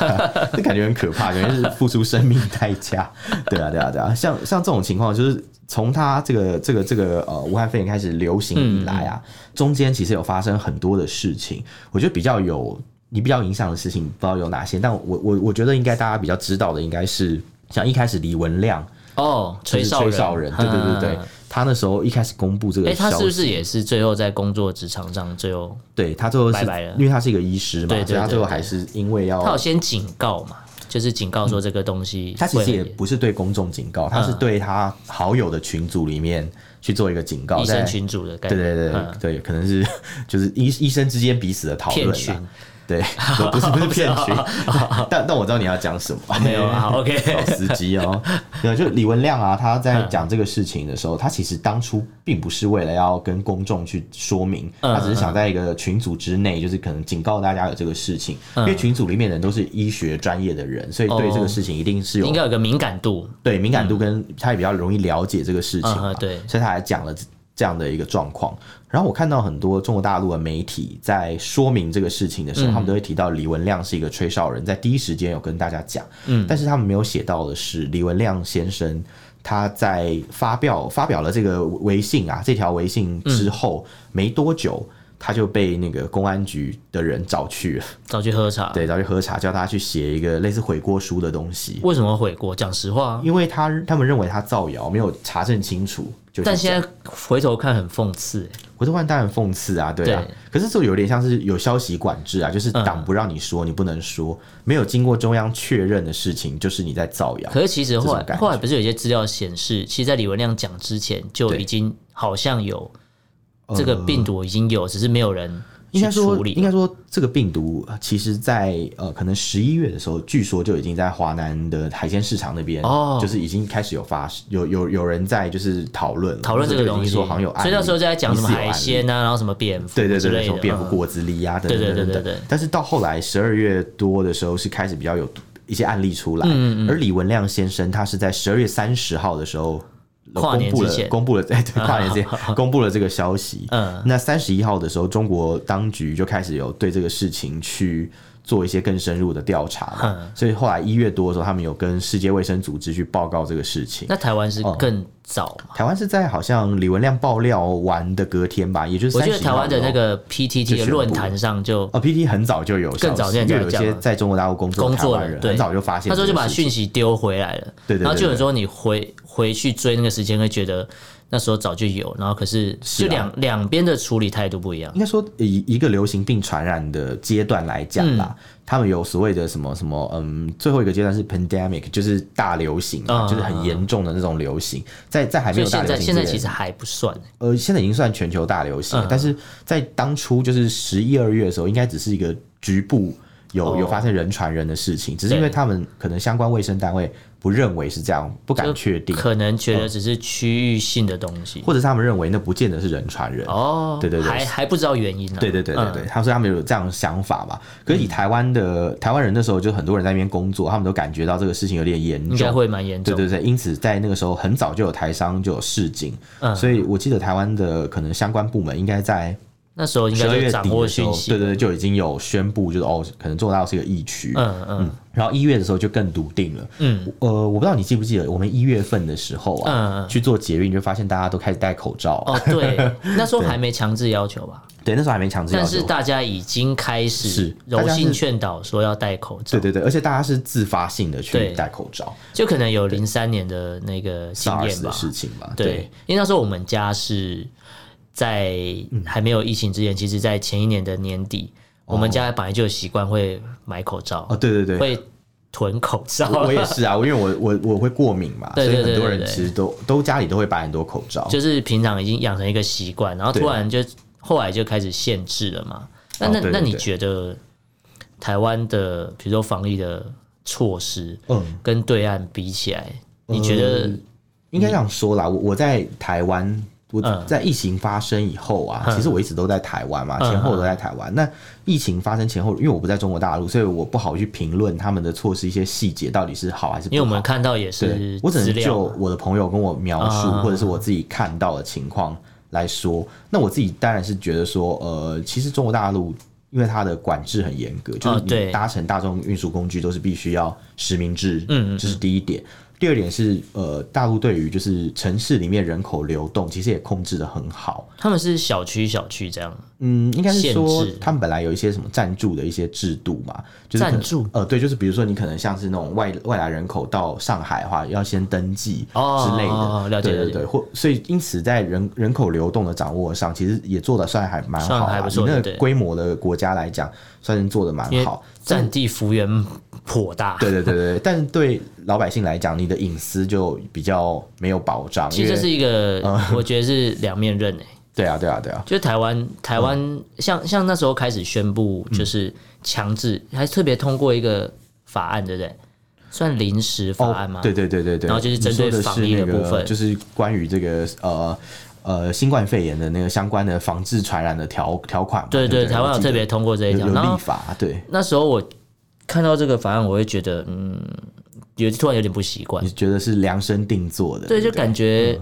Speaker 2: 这感觉很可怕，感觉是付出生命代 价。对啊，对啊，对啊，像像这种情况，就是从它这个这个这个呃武汉肺炎开始流行以来
Speaker 1: 嗯
Speaker 2: 啊，中间其实有发生很多的事情，我觉得比较有你比较影响的事情，不知道有哪些，但我我我觉得应该大家比较知道的应该是。像一开始李文亮
Speaker 1: 哦，
Speaker 2: 就
Speaker 1: 吹
Speaker 2: 是
Speaker 1: 哨嗯
Speaker 2: 吹哨人，对对对对，他那时候一开始公布这个
Speaker 1: 哎，诶他
Speaker 2: 消
Speaker 1: 是不
Speaker 2: 息，
Speaker 1: 是也是最后在工作职场上最后，
Speaker 2: 对他最后是
Speaker 1: 拜拜了
Speaker 2: 因为他是一个医师嘛，
Speaker 1: 对对
Speaker 2: 所以他
Speaker 1: 对
Speaker 2: 最后
Speaker 1: 对
Speaker 2: 还是因为要
Speaker 1: 他有先警告嘛，就是警告说这个东西
Speaker 2: 嗯他其
Speaker 1: 会
Speaker 2: 实
Speaker 1: 很
Speaker 2: 也
Speaker 1: 严，
Speaker 2: 不是对公众警告，他是对他好友的群组里面去做一个警告，
Speaker 1: 医
Speaker 2: 在
Speaker 1: 生群主的概
Speaker 2: 对
Speaker 1: 念，
Speaker 2: 对对对
Speaker 1: 嗯
Speaker 2: 对，可能是就是医医生之间彼此的讨论
Speaker 1: 骗
Speaker 2: 啦
Speaker 1: 群，
Speaker 2: 对，不是不是骗群，但但我知道你要讲什么，
Speaker 1: 没有 啊
Speaker 2: 老
Speaker 1: ，OK，
Speaker 2: 司机哦，对，就李文亮啊，他在讲这个事情的时候，他其实当初并不是为了要跟公众去说明，
Speaker 1: 嗯
Speaker 2: 他只是想在一个群组之内，就是可能警告大家有这个事情，因为群组里面的人都是医学专业的人，所以对这个事情一定是有
Speaker 1: 应该有个敏感度，
Speaker 2: 对敏感度跟他也比较容以了解这个事情嘛
Speaker 1: 嗯嗯嗯对
Speaker 2: 所以他还讲了这样的一个状况。然后我看到很多中国大陆的媒体在说明这个事情的
Speaker 1: 嗯
Speaker 2: 时候，他们都会提到李文亮是一个吹哨人，在第一时间有跟大家讲。嗯，但是他们没有写到的是李文亮先生。他在发表发表了这个微信啊，这条微信之后、
Speaker 1: 嗯
Speaker 2: 没多久，他就被那个公安局的人找去了，
Speaker 1: 早去喝茶。
Speaker 2: 对，找去喝茶，叫他去写一个类似悔过书的东西，
Speaker 1: 为什么悔过？讲实话啊，
Speaker 2: 因为他他们认为他造谣，没有查证清楚。就是、
Speaker 1: 但现在回头看很讽刺、欸
Speaker 2: 我都看当然讽刺啊，对啊，
Speaker 1: 对嗯
Speaker 2: 可是这有点像是有消息管制啊，就是党不让你说，你不能说，没有经过中央确认的事情，就是你在造谣。
Speaker 1: 欸可是其实后
Speaker 2: 这种感
Speaker 1: 来
Speaker 2: 觉
Speaker 1: 后来不是有一些资料显示，其实，在李文亮讲之前就已经好像有这个病毒已经有，只是没有人
Speaker 2: 呃嗯应该
Speaker 1: 去处
Speaker 2: 说，
Speaker 1: 理。
Speaker 2: 应该说，这个病毒呃其实在，呃，可能十一月的时候，据说就已经在华南的海鲜市场那边，
Speaker 1: 哦
Speaker 2: 就是已经开始有发，有有有人在就是讨论了
Speaker 1: 讨论这个
Speaker 2: 就已经
Speaker 1: 东西，
Speaker 2: 说好像有案
Speaker 1: 所
Speaker 2: 例，
Speaker 1: 以那时候在讲什么
Speaker 2: 疑似有
Speaker 1: 海
Speaker 2: 案例
Speaker 1: 鲜啊，然后什么蝙蝠
Speaker 2: 对对
Speaker 1: 之
Speaker 2: 对对，
Speaker 1: 类
Speaker 2: 什
Speaker 1: 的
Speaker 2: 么，蝙蝠
Speaker 1: 嗯
Speaker 2: 果子狸呀、等等
Speaker 1: 对对
Speaker 2: 等
Speaker 1: 对
Speaker 2: 等
Speaker 1: 对
Speaker 2: 等
Speaker 1: 对
Speaker 2: 等。但是到后来十二月多的时候是开始比较有一些案例出
Speaker 1: 嗯
Speaker 2: 来，而李文亮先生他是在十二月三十号的时候。呃
Speaker 1: 跨
Speaker 2: 公
Speaker 1: 年
Speaker 2: 布
Speaker 1: 之
Speaker 2: 了
Speaker 1: 前
Speaker 2: 公布了 哎对跨年之 前公布了这个消息，
Speaker 1: 嗯
Speaker 2: 那三十一号的时候，中国当局就开始有对这个事情去做一些更深入的调查嘛，
Speaker 1: 嗯
Speaker 2: 所以后来一月多的时候，他们有跟世界卫生组织去报告这个事情。
Speaker 1: 那台湾
Speaker 2: 哦
Speaker 1: 是更早嘛？
Speaker 2: 台湾是在好像李文亮爆料完的隔天吧，也就是
Speaker 1: 我记得
Speaker 2: 31
Speaker 1: 台湾的
Speaker 2: 号
Speaker 1: 那个 PTT
Speaker 2: 哦就
Speaker 1: 的
Speaker 2: 宣布
Speaker 1: 论坛上就
Speaker 2: 哦，PT 很早就有消息，
Speaker 1: 更早就有
Speaker 2: 因为有一
Speaker 1: 讲
Speaker 2: 些
Speaker 1: 了
Speaker 2: 在中国大陆工作的
Speaker 1: 工
Speaker 2: 台
Speaker 1: 作
Speaker 2: 湾
Speaker 1: 人
Speaker 2: 人
Speaker 1: 对
Speaker 2: 很早就发现
Speaker 1: 他
Speaker 2: 这
Speaker 1: 说就
Speaker 2: 个事情，
Speaker 1: 把讯息丢回来了，
Speaker 2: 对对对
Speaker 1: 然后就有
Speaker 2: 对
Speaker 1: 时候你回回去追那个时间，会觉得那时候早就有，然后可是
Speaker 2: 是
Speaker 1: 就
Speaker 2: 啊
Speaker 1: 两两边的处理态度不一样
Speaker 2: 应。该说以一个流行病传染的阶段来讲啦，
Speaker 1: 嗯
Speaker 2: 他们有所谓的什么什么，嗯，最后一个阶段是 pandemic，就是大流行嘛，
Speaker 1: 嗯
Speaker 2: 就是很严重的那种流行，在在还
Speaker 1: 所
Speaker 2: 没
Speaker 1: 以
Speaker 2: 有大
Speaker 1: 现
Speaker 2: 流
Speaker 1: 在
Speaker 2: 行
Speaker 1: 现在
Speaker 2: 之前
Speaker 1: 其实嗯还不算欸，
Speaker 2: 呃，现在已经算全球大流行了，但是在当初就是十一二月的时候，应该只是一个局部有、
Speaker 1: 哦
Speaker 2: 有发生人传人的事情，只是因
Speaker 1: 对
Speaker 2: 为他们可能相关卫生单位不认为是这样，不敢
Speaker 1: 就
Speaker 2: 确定，
Speaker 1: 可能觉
Speaker 2: 哦
Speaker 1: 得只是区域性的东西。
Speaker 2: 或者是他们认为那不见得是人传人。
Speaker 1: 哦，
Speaker 2: 对对对
Speaker 1: 还还不知道原因呢。啊嗯
Speaker 2: 对对对对对，他说他们有这样的想法嘛？可是以台湾的、
Speaker 1: 嗯
Speaker 2: 台湾人那时候，就很多人在那边工作，他们都感觉到这个事情有点严
Speaker 1: 应该
Speaker 2: 重，
Speaker 1: 会蛮严
Speaker 2: 对
Speaker 1: 重。
Speaker 2: 对对，因此在那个时候很早就有台商就有示警，
Speaker 1: 嗯
Speaker 2: 所以我记得台湾的可能相关部门应该在
Speaker 1: 那时候应
Speaker 2: 十二
Speaker 1: 该
Speaker 2: 月
Speaker 1: 就掌
Speaker 2: 底
Speaker 1: 握
Speaker 2: 的时
Speaker 1: 讯
Speaker 2: 候，
Speaker 1: 息。
Speaker 2: 对对对，就已经有宣布，就是哦，可能中国大陆是一个疫区。
Speaker 1: 嗯嗯
Speaker 2: 然后一月的时候就更笃定了。
Speaker 1: 嗯，
Speaker 2: 呃，我不知道你记不记得，我们一月份的时候啊，
Speaker 1: 嗯嗯
Speaker 2: 去做捷运就发现大家都开始戴口罩。
Speaker 1: 哦对， 那时候还没强制要求吧，
Speaker 2: 对，那时候还没强制要
Speaker 1: 但
Speaker 2: 求
Speaker 1: 是。大家已经开
Speaker 2: 是
Speaker 1: 始
Speaker 2: 大
Speaker 1: 柔
Speaker 2: 家
Speaker 1: 性
Speaker 2: 是
Speaker 1: 劝导说要戴口罩
Speaker 2: 对。对对，而且大家是自发性的去
Speaker 1: 对
Speaker 2: 戴口罩
Speaker 1: 就可能有零三年的那个经验
Speaker 2: ，SARS
Speaker 1: 吧
Speaker 2: 的。事情嘛，
Speaker 1: 对，，因为那时候我们家是在
Speaker 2: 嗯
Speaker 1: 还没有疫情之前，其实在前一年的年底，我们家本来就有习惯会买口罩
Speaker 2: 哦，，对对对，
Speaker 1: 会囤口罩。
Speaker 2: 我我也是啊，因为我我我会过敏嘛，所
Speaker 1: 对对
Speaker 2: 以很
Speaker 1: 对
Speaker 2: 多
Speaker 1: 对
Speaker 2: 人
Speaker 1: 对
Speaker 2: 其实都都家里都会摆很多口罩。
Speaker 1: 就是平常已经养成一个习惯，然后突然就后来就开始限制了嘛。那
Speaker 2: 哦
Speaker 1: 那
Speaker 2: 对对
Speaker 1: 那你
Speaker 2: 对
Speaker 1: 觉得台湾的比如说防疫的措施
Speaker 2: 嗯，
Speaker 1: 跟对岸比起来，你觉
Speaker 2: 呃
Speaker 1: 得
Speaker 2: 应该这样说啦，我我在台湾，我
Speaker 1: 嗯
Speaker 2: 在疫情发生以后啊，其实我一直都在台湾嘛，
Speaker 1: 嗯
Speaker 2: 前后都在台湾。那疫情发生前后，因为我不在中国大陆，所以我不好去评论他们的措施一些细节到底是好还是不好。
Speaker 1: 因为我们看到也
Speaker 2: 对
Speaker 1: 是
Speaker 2: 我只
Speaker 1: 资
Speaker 2: 能就
Speaker 1: 料嘛，
Speaker 2: 我的朋友跟我描述，
Speaker 1: 啊
Speaker 2: 或者是我自己看到的情况来说，那我自己当然是觉得说，呃，其实中国大陆。因为它的管制很严格，就是
Speaker 1: 哦对
Speaker 2: 你搭乘大众运输工具都是必须要实名制，
Speaker 1: 嗯嗯
Speaker 2: 这是第一点。第二点是，呃，大陆对于就是城市里面人口流动，其实也控制的很好。
Speaker 1: 他们是小区小区这样，
Speaker 2: 嗯，应该是
Speaker 1: 限
Speaker 2: 说
Speaker 1: 制
Speaker 2: 他们本来有一些什么赞助的一些制度嘛，就是可
Speaker 1: 赞助
Speaker 2: 呃，对，就是比如说你可能像是那种外外来人口到上海的话，要先登记
Speaker 1: 哦
Speaker 2: 之类的，
Speaker 1: 哦哦了解
Speaker 2: 对
Speaker 1: 了
Speaker 2: 对
Speaker 1: 解
Speaker 2: 对，或所以因此在人人口流动的掌握上，其实也做的算还蛮
Speaker 1: 算
Speaker 2: 好、
Speaker 1: 还
Speaker 2: 啊，
Speaker 1: 不错
Speaker 2: 以那
Speaker 1: 对
Speaker 2: 个规模的国家来讲，算是做的蛮
Speaker 1: 因为
Speaker 2: 好。
Speaker 1: 占地幅员颇大。
Speaker 2: 对对对对，对 但是对老百姓来讲，你的隐私就比较没有保障，
Speaker 1: 其实这
Speaker 2: 因为呃
Speaker 1: 是一个，我觉得是两面刃诶、欸
Speaker 2: 对啊对啊对啊，
Speaker 1: 就台湾，台湾、
Speaker 2: 嗯
Speaker 1: 像像那时候开始宣布，就是强制，还特别通过一个法案，对不对？算临时法案吗？
Speaker 2: 哦对对对对对。
Speaker 1: 然后就是针对
Speaker 2: 你说的
Speaker 1: 防疫
Speaker 2: 是
Speaker 1: 的
Speaker 2: 那个
Speaker 1: 部分
Speaker 2: 就是关于这个呃呃新冠肺炎的那个相关的防治传染的条条款嘛。
Speaker 1: 对
Speaker 2: 对
Speaker 1: 对
Speaker 2: 不
Speaker 1: 台湾有
Speaker 2: 我记得
Speaker 1: 特别通过这一
Speaker 2: 有
Speaker 1: 条。
Speaker 2: 有
Speaker 1: 然后
Speaker 2: 立法，对，
Speaker 1: 那时候我看到这个法案，我会觉得，嗯，有突然有点不习惯
Speaker 2: 你，觉得是量身定做的？
Speaker 1: 对，就
Speaker 2: 不
Speaker 1: 感觉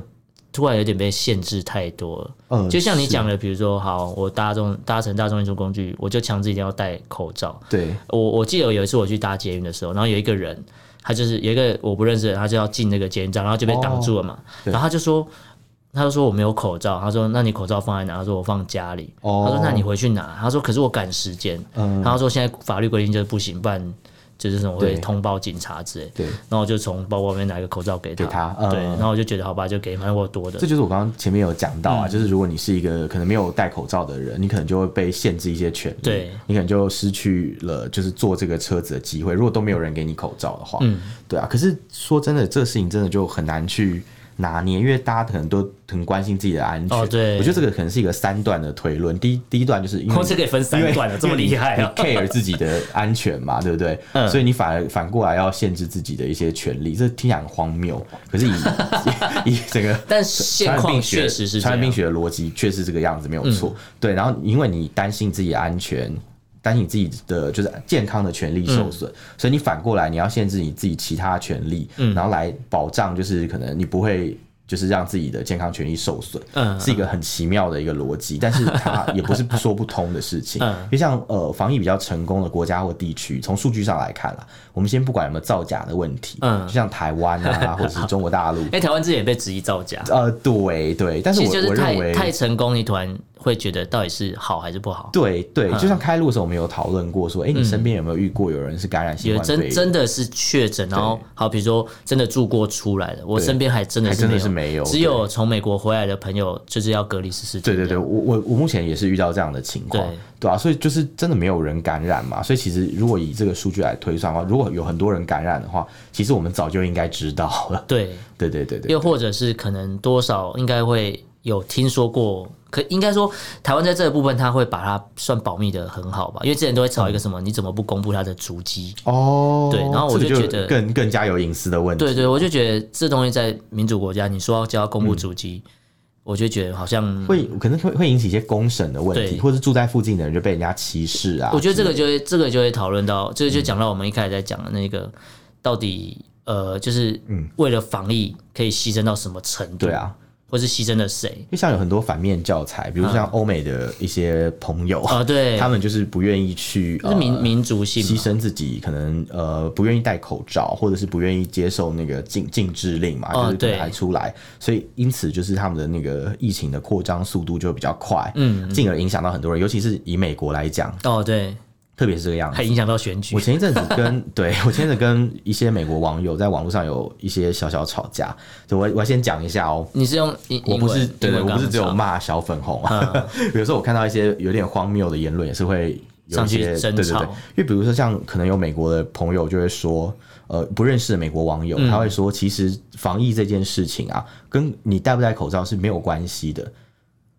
Speaker 1: 突然有点被限制太多了。
Speaker 2: 嗯
Speaker 1: 就像你讲的，比如说，好，我搭众搭乘大众运输工具，我就强制一定要戴口罩。
Speaker 2: 对，
Speaker 1: 我我记得有一次我去搭捷运的时候，然后有一个人，他就是有一个我不认识的人，他就要进那个捷运站，然后就被挡住了嘛。
Speaker 2: 对
Speaker 1: 然后他就说，他就说我没有口罩，他说那你口罩放在哪？他说我放家里。
Speaker 2: 哦
Speaker 1: 他说那你回去拿。他说可是我赶时间。
Speaker 2: 嗯
Speaker 1: 然后他说现在法律规定就是不行，不然就是什么会
Speaker 2: 对
Speaker 1: 通报警察之类。
Speaker 2: 对，
Speaker 1: 然后我就从包包里面拿一个口罩给他，
Speaker 2: 给他嗯
Speaker 1: 对，然后我就觉得好吧，就给，反正我有多的
Speaker 2: 这，就是我刚刚前面有讲到
Speaker 1: 嗯
Speaker 2: 啊，就是如果你是一个可能没有戴口罩的人，你可能就会被限制一些权利，
Speaker 1: 对
Speaker 2: 你可能就失去了就是坐这个车子的机会。如果都没有人给你口罩的话，
Speaker 1: 嗯，
Speaker 2: 对啊。可是说真的，这个事情真的就很难去。拿捏，因为大家可能都很关心自己的安全。
Speaker 1: 哦对
Speaker 2: 我觉得这个可能是一个三段的推论。第一，第一段就是因为
Speaker 1: 哦这个也分三段了
Speaker 2: 因为
Speaker 1: 这么厉害啊
Speaker 2: 因为你 care 自己的安全嘛， 对不对？
Speaker 1: 嗯
Speaker 2: 所以你反而反过来要限制自己的一些权利，这听起来很荒谬。可是以 以以整个
Speaker 1: 但
Speaker 2: 传
Speaker 1: 现
Speaker 2: 染
Speaker 1: 况
Speaker 2: 病学
Speaker 1: 确实是这
Speaker 2: 传染病
Speaker 1: 样。嗯
Speaker 2: 学的逻辑确实这个样子，没有错。对，然后因为你担心自己的安全，担心你自己的就是健康的权利受损，
Speaker 1: 嗯
Speaker 2: 所以你反过来你要限制你自己其他权利，然后来保障就是可能你不会。就是让自己的健康权益受损，
Speaker 1: 嗯
Speaker 2: 是一个很奇妙的一个逻辑，但是 它也不是说不通的事情。
Speaker 1: 嗯
Speaker 2: 因为像呃防疫比较成功的国家或地区，从数据上来看啦，我们先不管有没有造假的问题，
Speaker 1: 嗯
Speaker 2: 就像台湾 啊，或者是中国大陆，
Speaker 1: 哎、台湾之前也被质疑造假，
Speaker 2: 呃，对对，但是
Speaker 1: 其
Speaker 2: 我
Speaker 1: 实就是
Speaker 2: 我认
Speaker 1: 太
Speaker 2: 为
Speaker 1: 太成功，你突然会觉得到底是好还是不好？
Speaker 2: 对对，
Speaker 1: 嗯
Speaker 2: 就像开路的时候，我们有讨论过说，哎、你身边有没有遇过有人是感染新
Speaker 1: 有
Speaker 2: 冠肺
Speaker 1: 真
Speaker 2: 炎？
Speaker 1: 真的是确诊，然后好，比如说真的住过出来的，我
Speaker 2: 对
Speaker 1: 身边还真的
Speaker 2: 还
Speaker 1: 是
Speaker 2: 真的
Speaker 1: 没有，
Speaker 2: 是没有
Speaker 1: 只有从美国回来的朋友就是要隔离十四
Speaker 2: 对
Speaker 1: 天。
Speaker 2: 对对，我我我目前也是遇到这样的情况
Speaker 1: 对，
Speaker 2: 对啊，所以就是真的没有人感染嘛，所以其实如果以这个数据来推算的话，如果有很多人感染的话，其实我们早就应该知道了。
Speaker 1: 对，
Speaker 2: 对对对对，
Speaker 1: 又或者是可能多少应该会有听说过，可应该说台湾在这个部分，他会把它算保密的很好吧？因为之前都会
Speaker 2: 嗯
Speaker 1: 吵一个什么，你怎么不公布他的足迹？
Speaker 2: 哦，
Speaker 1: 对然后我
Speaker 2: 这个
Speaker 1: 就
Speaker 2: 就
Speaker 1: 觉得
Speaker 2: 更更加有隐私的问题。
Speaker 1: 对对，我就觉得这东西在民主国家，你说要就要公布
Speaker 2: 嗯
Speaker 1: 足迹，我就觉得好像。
Speaker 2: 会可能会会引起一些公审的问题，
Speaker 1: 对
Speaker 2: 或是住在附近的人就被人家歧视啊之类的。嗯
Speaker 1: 我觉得这个就会这个就会讨论到，这个就讲到我们一开始在讲的那个到底呃，就是为了防疫可以牺牲到什么程度？
Speaker 2: 嗯对，啊，
Speaker 1: 或是牺牲了谁？
Speaker 2: 因为像有很多反面教材，比如像欧美的一些朋友
Speaker 1: 啊嗯对
Speaker 2: 他们就是不愿意去
Speaker 1: 就是民、
Speaker 2: 呃
Speaker 1: 民族性嘛
Speaker 2: 牺牲自己，可能呃不愿意戴口罩，或者是不愿意接受那个禁禁制令嘛，
Speaker 1: 哦
Speaker 2: 就是可
Speaker 1: 对
Speaker 2: 能还出来，所以因此就是他们的那个疫情的扩张速度就会比较快，嗯，进而影响到很多人，尤其是以美国来讲，
Speaker 1: 哦，对，
Speaker 2: 特别是这个样 子
Speaker 1: 还。影响到选举
Speaker 2: 啊我。前一阵子跟 对我前一阵子跟一些美国网友在网络上有一些小小吵架，对我我要先讲一下哦、
Speaker 1: 你是用英
Speaker 2: 我不是
Speaker 1: 英文
Speaker 2: 对
Speaker 1: 英文
Speaker 2: 对，我不是
Speaker 1: 刚刚
Speaker 2: 只有
Speaker 1: 讲嗯
Speaker 2: 骂小粉红啊， 比如说我看到一些有点荒谬的言论，也是会有一
Speaker 1: 上
Speaker 2: 些
Speaker 1: 去争
Speaker 2: 对对
Speaker 1: 吵
Speaker 2: 对，因为比如说像可能有美国的朋友就会说，呃，不认识的美国网
Speaker 1: 嗯
Speaker 2: 友他会说，其实防疫这件事情啊，跟你戴不戴口罩是没有关系的。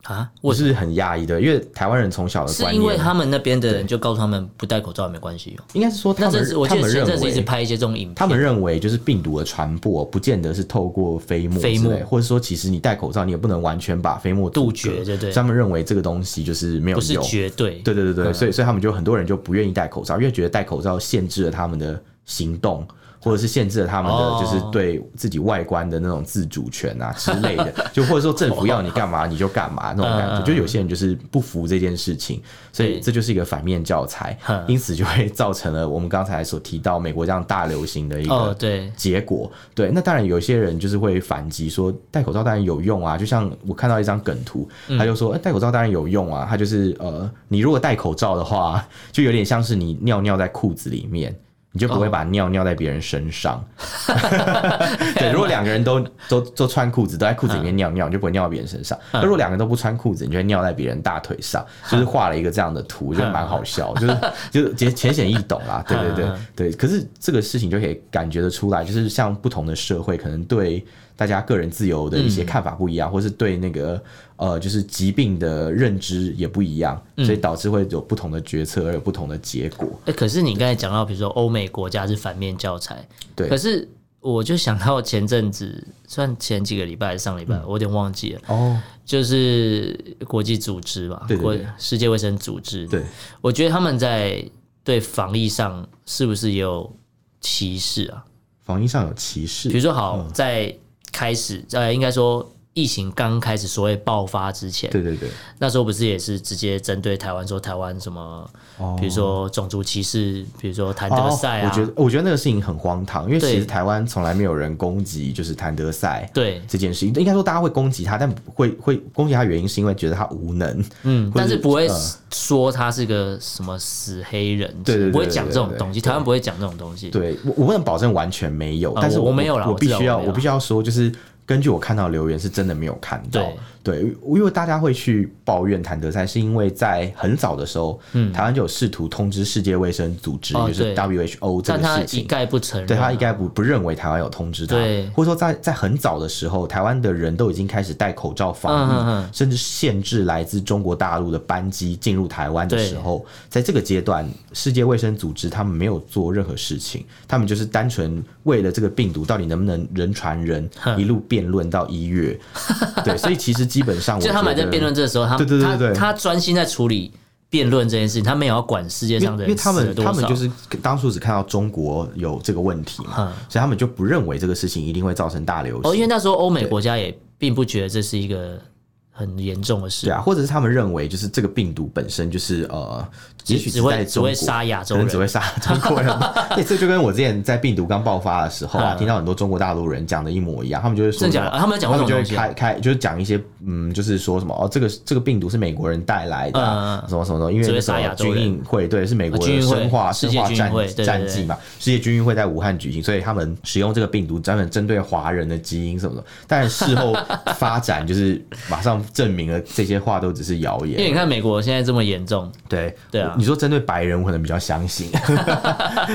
Speaker 1: 啊？
Speaker 2: 我是很讶异的，因为台湾人从小的
Speaker 1: 是
Speaker 2: 观
Speaker 1: 因为
Speaker 2: 念，啊
Speaker 1: 他们那边的人就告诉他们不戴口罩也没关系哦。
Speaker 2: 应该是说
Speaker 1: 那
Speaker 2: 他
Speaker 1: 阵
Speaker 2: 们
Speaker 1: 子我
Speaker 2: 他
Speaker 1: 记得
Speaker 2: 们
Speaker 1: 前阵
Speaker 2: 认
Speaker 1: 子一直
Speaker 2: 为。
Speaker 1: 拍一些这种影片，
Speaker 2: 他们认为，就是病毒的传播不见得是透过飞沫之类，
Speaker 1: 飞沫
Speaker 2: 或者说，其实你戴口罩，你也不能完全把飞沫
Speaker 1: 杜
Speaker 2: 阻
Speaker 1: 绝
Speaker 2: 隔
Speaker 1: 对对
Speaker 2: 所以他们认为这个东西就是没有
Speaker 1: 不是
Speaker 2: 用，
Speaker 1: 绝对，嗯
Speaker 2: 对对对对，所以所以他们就很多人就不愿意戴口罩，因为觉得戴口罩限制了他们的行动，或者是限制了他们
Speaker 1: 哦
Speaker 2: 的就是对自己外观的那种自主权啊之 类的，就或者说政府要你干嘛你就干嘛那种感
Speaker 1: 嗯嗯
Speaker 2: 觉，就有些人就是不服这件事情，所以
Speaker 1: 对
Speaker 2: 这就是一个反面教材
Speaker 1: 嗯，
Speaker 2: 因此就会造成了我们刚才所提到美国这样大流行的一
Speaker 1: 哦
Speaker 2: 个
Speaker 1: 对，
Speaker 2: 结果。对，那当然有些人就是会反击说戴口罩当然有用啊，就像我看到一张梗图，他就说、呃戴口罩当然有用啊，他就是呃，你如果戴口罩的话，就有点像是你尿尿在裤子里面。你就不会把尿尿在别人身 上，对。嗯如果两个人都都都穿裤子，都在裤子里面尿尿，你就不会尿到别人身上。那、如果两个人都不穿裤子，你就会尿在别人大腿上。就是画了一个这样的图，就蛮好笑，就是就是浅浅显易懂啦。对对对
Speaker 1: 嗯
Speaker 2: 对，可是这个事情就可以感觉得出来，就是像不同的社会，可能对大家个人自由的一些看法不一样，或是对那个呃，就是疾病的认知也不一样，所以导致会有不同的决策，而有不同的结果。
Speaker 1: 哎、可是你刚才讲到，比如说欧美国家是反面教材，
Speaker 2: 对
Speaker 1: 可是我就想到前阵子，算前几个礼拜还是上礼
Speaker 2: 嗯
Speaker 1: 拜，我有点忘记了，
Speaker 2: 哦，
Speaker 1: 就是国际组织吧，
Speaker 2: 对对对
Speaker 1: 国世界卫生组织。
Speaker 2: 对，
Speaker 1: 我觉得他们在对防疫上是不是也有歧视啊？
Speaker 2: 防疫上有歧
Speaker 1: 比如
Speaker 2: 视，
Speaker 1: 说，好，在开始，呃，应该说疫情刚开始所谓爆发之前，
Speaker 2: 对对对，
Speaker 1: 那时候不是也是直接针对台湾说台湾什么，
Speaker 2: 哦
Speaker 1: 比如说种族歧视，比如说谭
Speaker 2: 哦
Speaker 1: 德赛啊，
Speaker 2: 我觉得我觉得那个事情很荒唐，因为
Speaker 1: 对
Speaker 2: 其实台湾从来没有人攻击就是谭德赛
Speaker 1: 对，
Speaker 2: 这件事情，应该说大家会攻击他，但会会攻击他的原因是因为觉得他无能，
Speaker 1: 嗯，
Speaker 2: 或
Speaker 1: 但
Speaker 2: 者
Speaker 1: 是不会
Speaker 2: 呃
Speaker 1: 说他是个什么死黑人，
Speaker 2: 对对对
Speaker 1: 不会讲这种
Speaker 2: 对对对
Speaker 1: 东西，
Speaker 2: 对
Speaker 1: 台湾不会讲这种东西，
Speaker 2: 对我，我不能保证完全没有，
Speaker 1: 啊
Speaker 2: 但是
Speaker 1: 我我没有啦
Speaker 2: 我
Speaker 1: 我
Speaker 2: 必
Speaker 1: 知道
Speaker 2: 须
Speaker 1: 我
Speaker 2: 要，
Speaker 1: 没有
Speaker 2: 我必须要说，就是根据我看到的留言，是真的没有看到。对，因为大家会去抱怨谭德赛，是因为在很早的时候，台湾就有试图通知世界卫生组织，
Speaker 1: 嗯哦
Speaker 2: 就是 WHO 这
Speaker 1: 但
Speaker 2: 个
Speaker 1: 他
Speaker 2: 事
Speaker 1: 一
Speaker 2: 情。
Speaker 1: 概不承认，啊
Speaker 2: 对他应该不不认为台湾有通知他
Speaker 1: 嗯对，
Speaker 2: 或者说在在很早的时候，台湾的人都已经开始戴口罩防
Speaker 1: 嗯
Speaker 2: 疫，
Speaker 1: 嗯嗯
Speaker 2: 甚至限制来自中国大陆的班机进入台湾的时候，在这个阶段，世界卫生组织他们没有做任何事情，他们就是单纯为了这个病毒到底能不能人传 人，
Speaker 1: 嗯
Speaker 2: 一路辩论到一月。对，所以其实基本上我
Speaker 1: 就他们
Speaker 2: 觉
Speaker 1: 还在
Speaker 2: 得
Speaker 1: 辩论这个时候，他
Speaker 2: 对对对对
Speaker 1: 他他专心在处理辩论这件事情，他没有要管世界
Speaker 2: 因
Speaker 1: 上的
Speaker 2: 为因为
Speaker 1: 人
Speaker 2: 他
Speaker 1: 死
Speaker 2: 们
Speaker 1: 了多
Speaker 2: 他
Speaker 1: 少，
Speaker 2: 们就是当初只看到中国有这个问题
Speaker 1: 嗯
Speaker 2: 嘛，所以他们就不认为这个事情一定会造成大流行。
Speaker 1: 哦，因为那时候欧美国家也并不觉得这是一个很严重的事
Speaker 2: 对，啊，或者是他们认为就是这个病毒本身就是呃，也许
Speaker 1: 只
Speaker 2: 在
Speaker 1: 会只
Speaker 2: 中国
Speaker 1: 会杀亚洲
Speaker 2: 可能只
Speaker 1: 人，
Speaker 2: 会杀中国人 吧。对，这就跟我之前在病毒刚爆发的时候啊，
Speaker 1: 嗯
Speaker 2: 听到很多中国大陆人讲的一模一样，他们就会说
Speaker 1: 真
Speaker 2: 什
Speaker 1: 假的？
Speaker 2: 么
Speaker 1: 啊他们有讲过
Speaker 2: 他
Speaker 1: 这
Speaker 2: 们就
Speaker 1: 种
Speaker 2: 会
Speaker 1: 东西啊，
Speaker 2: 开开，就是讲一些嗯，就是说什么哦，这个这个病毒是美国人带来的啊，
Speaker 1: 嗯嗯嗯
Speaker 2: 什么什么什么，因为
Speaker 1: 只会
Speaker 2: 那时
Speaker 1: 杀亚
Speaker 2: 候
Speaker 1: 洲
Speaker 2: 军
Speaker 1: 人
Speaker 2: 运会对是美国
Speaker 1: 啊军
Speaker 2: 的
Speaker 1: 运会
Speaker 2: 生化
Speaker 1: 世
Speaker 2: 生
Speaker 1: 界
Speaker 2: 化
Speaker 1: 军运
Speaker 2: 战
Speaker 1: 会对对
Speaker 2: 战
Speaker 1: 对
Speaker 2: 绩嘛，世界军运会在武汉举行，所以他们使用这个病毒专门针对华人的基因什么的，但事后发展就是马上证明了这些话都只是谣
Speaker 1: 因为
Speaker 2: 言
Speaker 1: 你。看美国现在这么严重，
Speaker 2: 对
Speaker 1: 对啊
Speaker 2: 我你说针对白人，我可能比较相 信。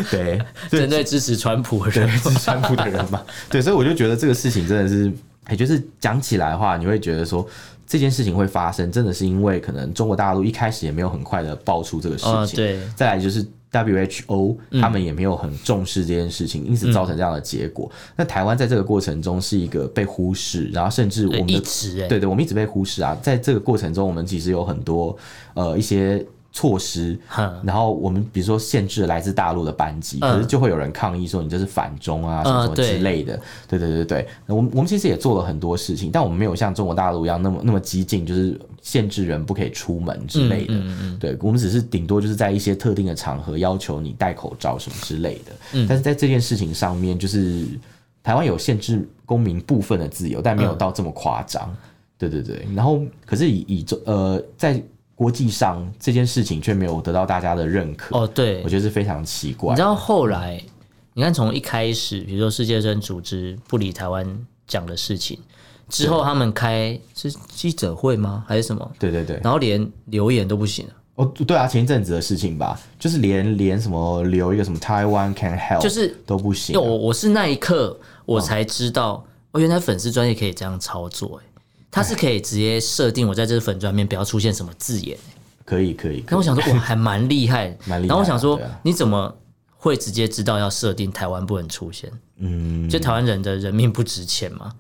Speaker 2: 对，所以
Speaker 1: 针对支持川普的
Speaker 2: 对
Speaker 1: 人，
Speaker 2: 是川普的人嘛。对，所以我就觉得这个事情真的是，也就是讲起来的话，你会觉得说这件事情会发生，真的是因为可能中国大陆一开始也没有很快的爆出这个事
Speaker 1: 哦，
Speaker 2: 情，
Speaker 1: 对，嗯
Speaker 2: 再来就是 WHO，他们也没有很重视这件事情，因此造成这样的结果。那台湾在这个过程中是一个被忽视，然后甚至我
Speaker 1: 对
Speaker 2: 们
Speaker 1: 一
Speaker 2: 的
Speaker 1: 直哎，
Speaker 2: 对对，我们一直被忽视啊。在这个过程中，我们其实有很多呃一些措施，
Speaker 1: 哼
Speaker 2: 然后我们比如说限制来自大陆的班机，
Speaker 1: 嗯
Speaker 2: 可是就会有人抗议说你这是反中啊、什么
Speaker 1: 嗯
Speaker 2: 什么之类的。对对对对，那我们我们其实也做了很多事情，但我们没有像中国大陆一样那么那么激进，就是限制人不可以出门之类
Speaker 1: 嗯
Speaker 2: 的。对，我们只是顶多就是在一些特定的场合要求你戴口罩什么之类的。
Speaker 1: 嗯
Speaker 2: 但是在这件事情上面，就是台湾有限制公民部分的自由，但
Speaker 1: 嗯
Speaker 2: 没有到这么夸张。对对对，然后可是以以这呃在国际上这件事情却没有得到大家的认可，
Speaker 1: 哦对
Speaker 2: 我，觉得是非常奇怪
Speaker 1: 你知。道后来，你看从一开始，比如说世界卫生组织不理台湾讲的事情，之后他们开是记者会吗？还是什么？
Speaker 2: 对对对，
Speaker 1: 然后连留言都不行了，
Speaker 2: 哦对啊，前一阵子的事情吧，就是连连什么留一个什么 Taiwan can help，
Speaker 1: 就是
Speaker 2: 都不行
Speaker 1: 因为
Speaker 2: 哦啊、
Speaker 1: 我我是那一刻我才知道，哦，原来粉丝专业可以这样操作、欸，它是可以直接设定我在这个粉专面不要出现什么字 眼、欸。
Speaker 2: 可以可以，
Speaker 1: 然后我想说，哇，还蛮厉害的。
Speaker 2: 蛮厉害的
Speaker 1: 然后我想说
Speaker 2: 对啊，
Speaker 1: 你怎么会直接知道要设定台湾不能出现？
Speaker 2: 嗯，
Speaker 1: 就台湾人的人命不值钱嘛？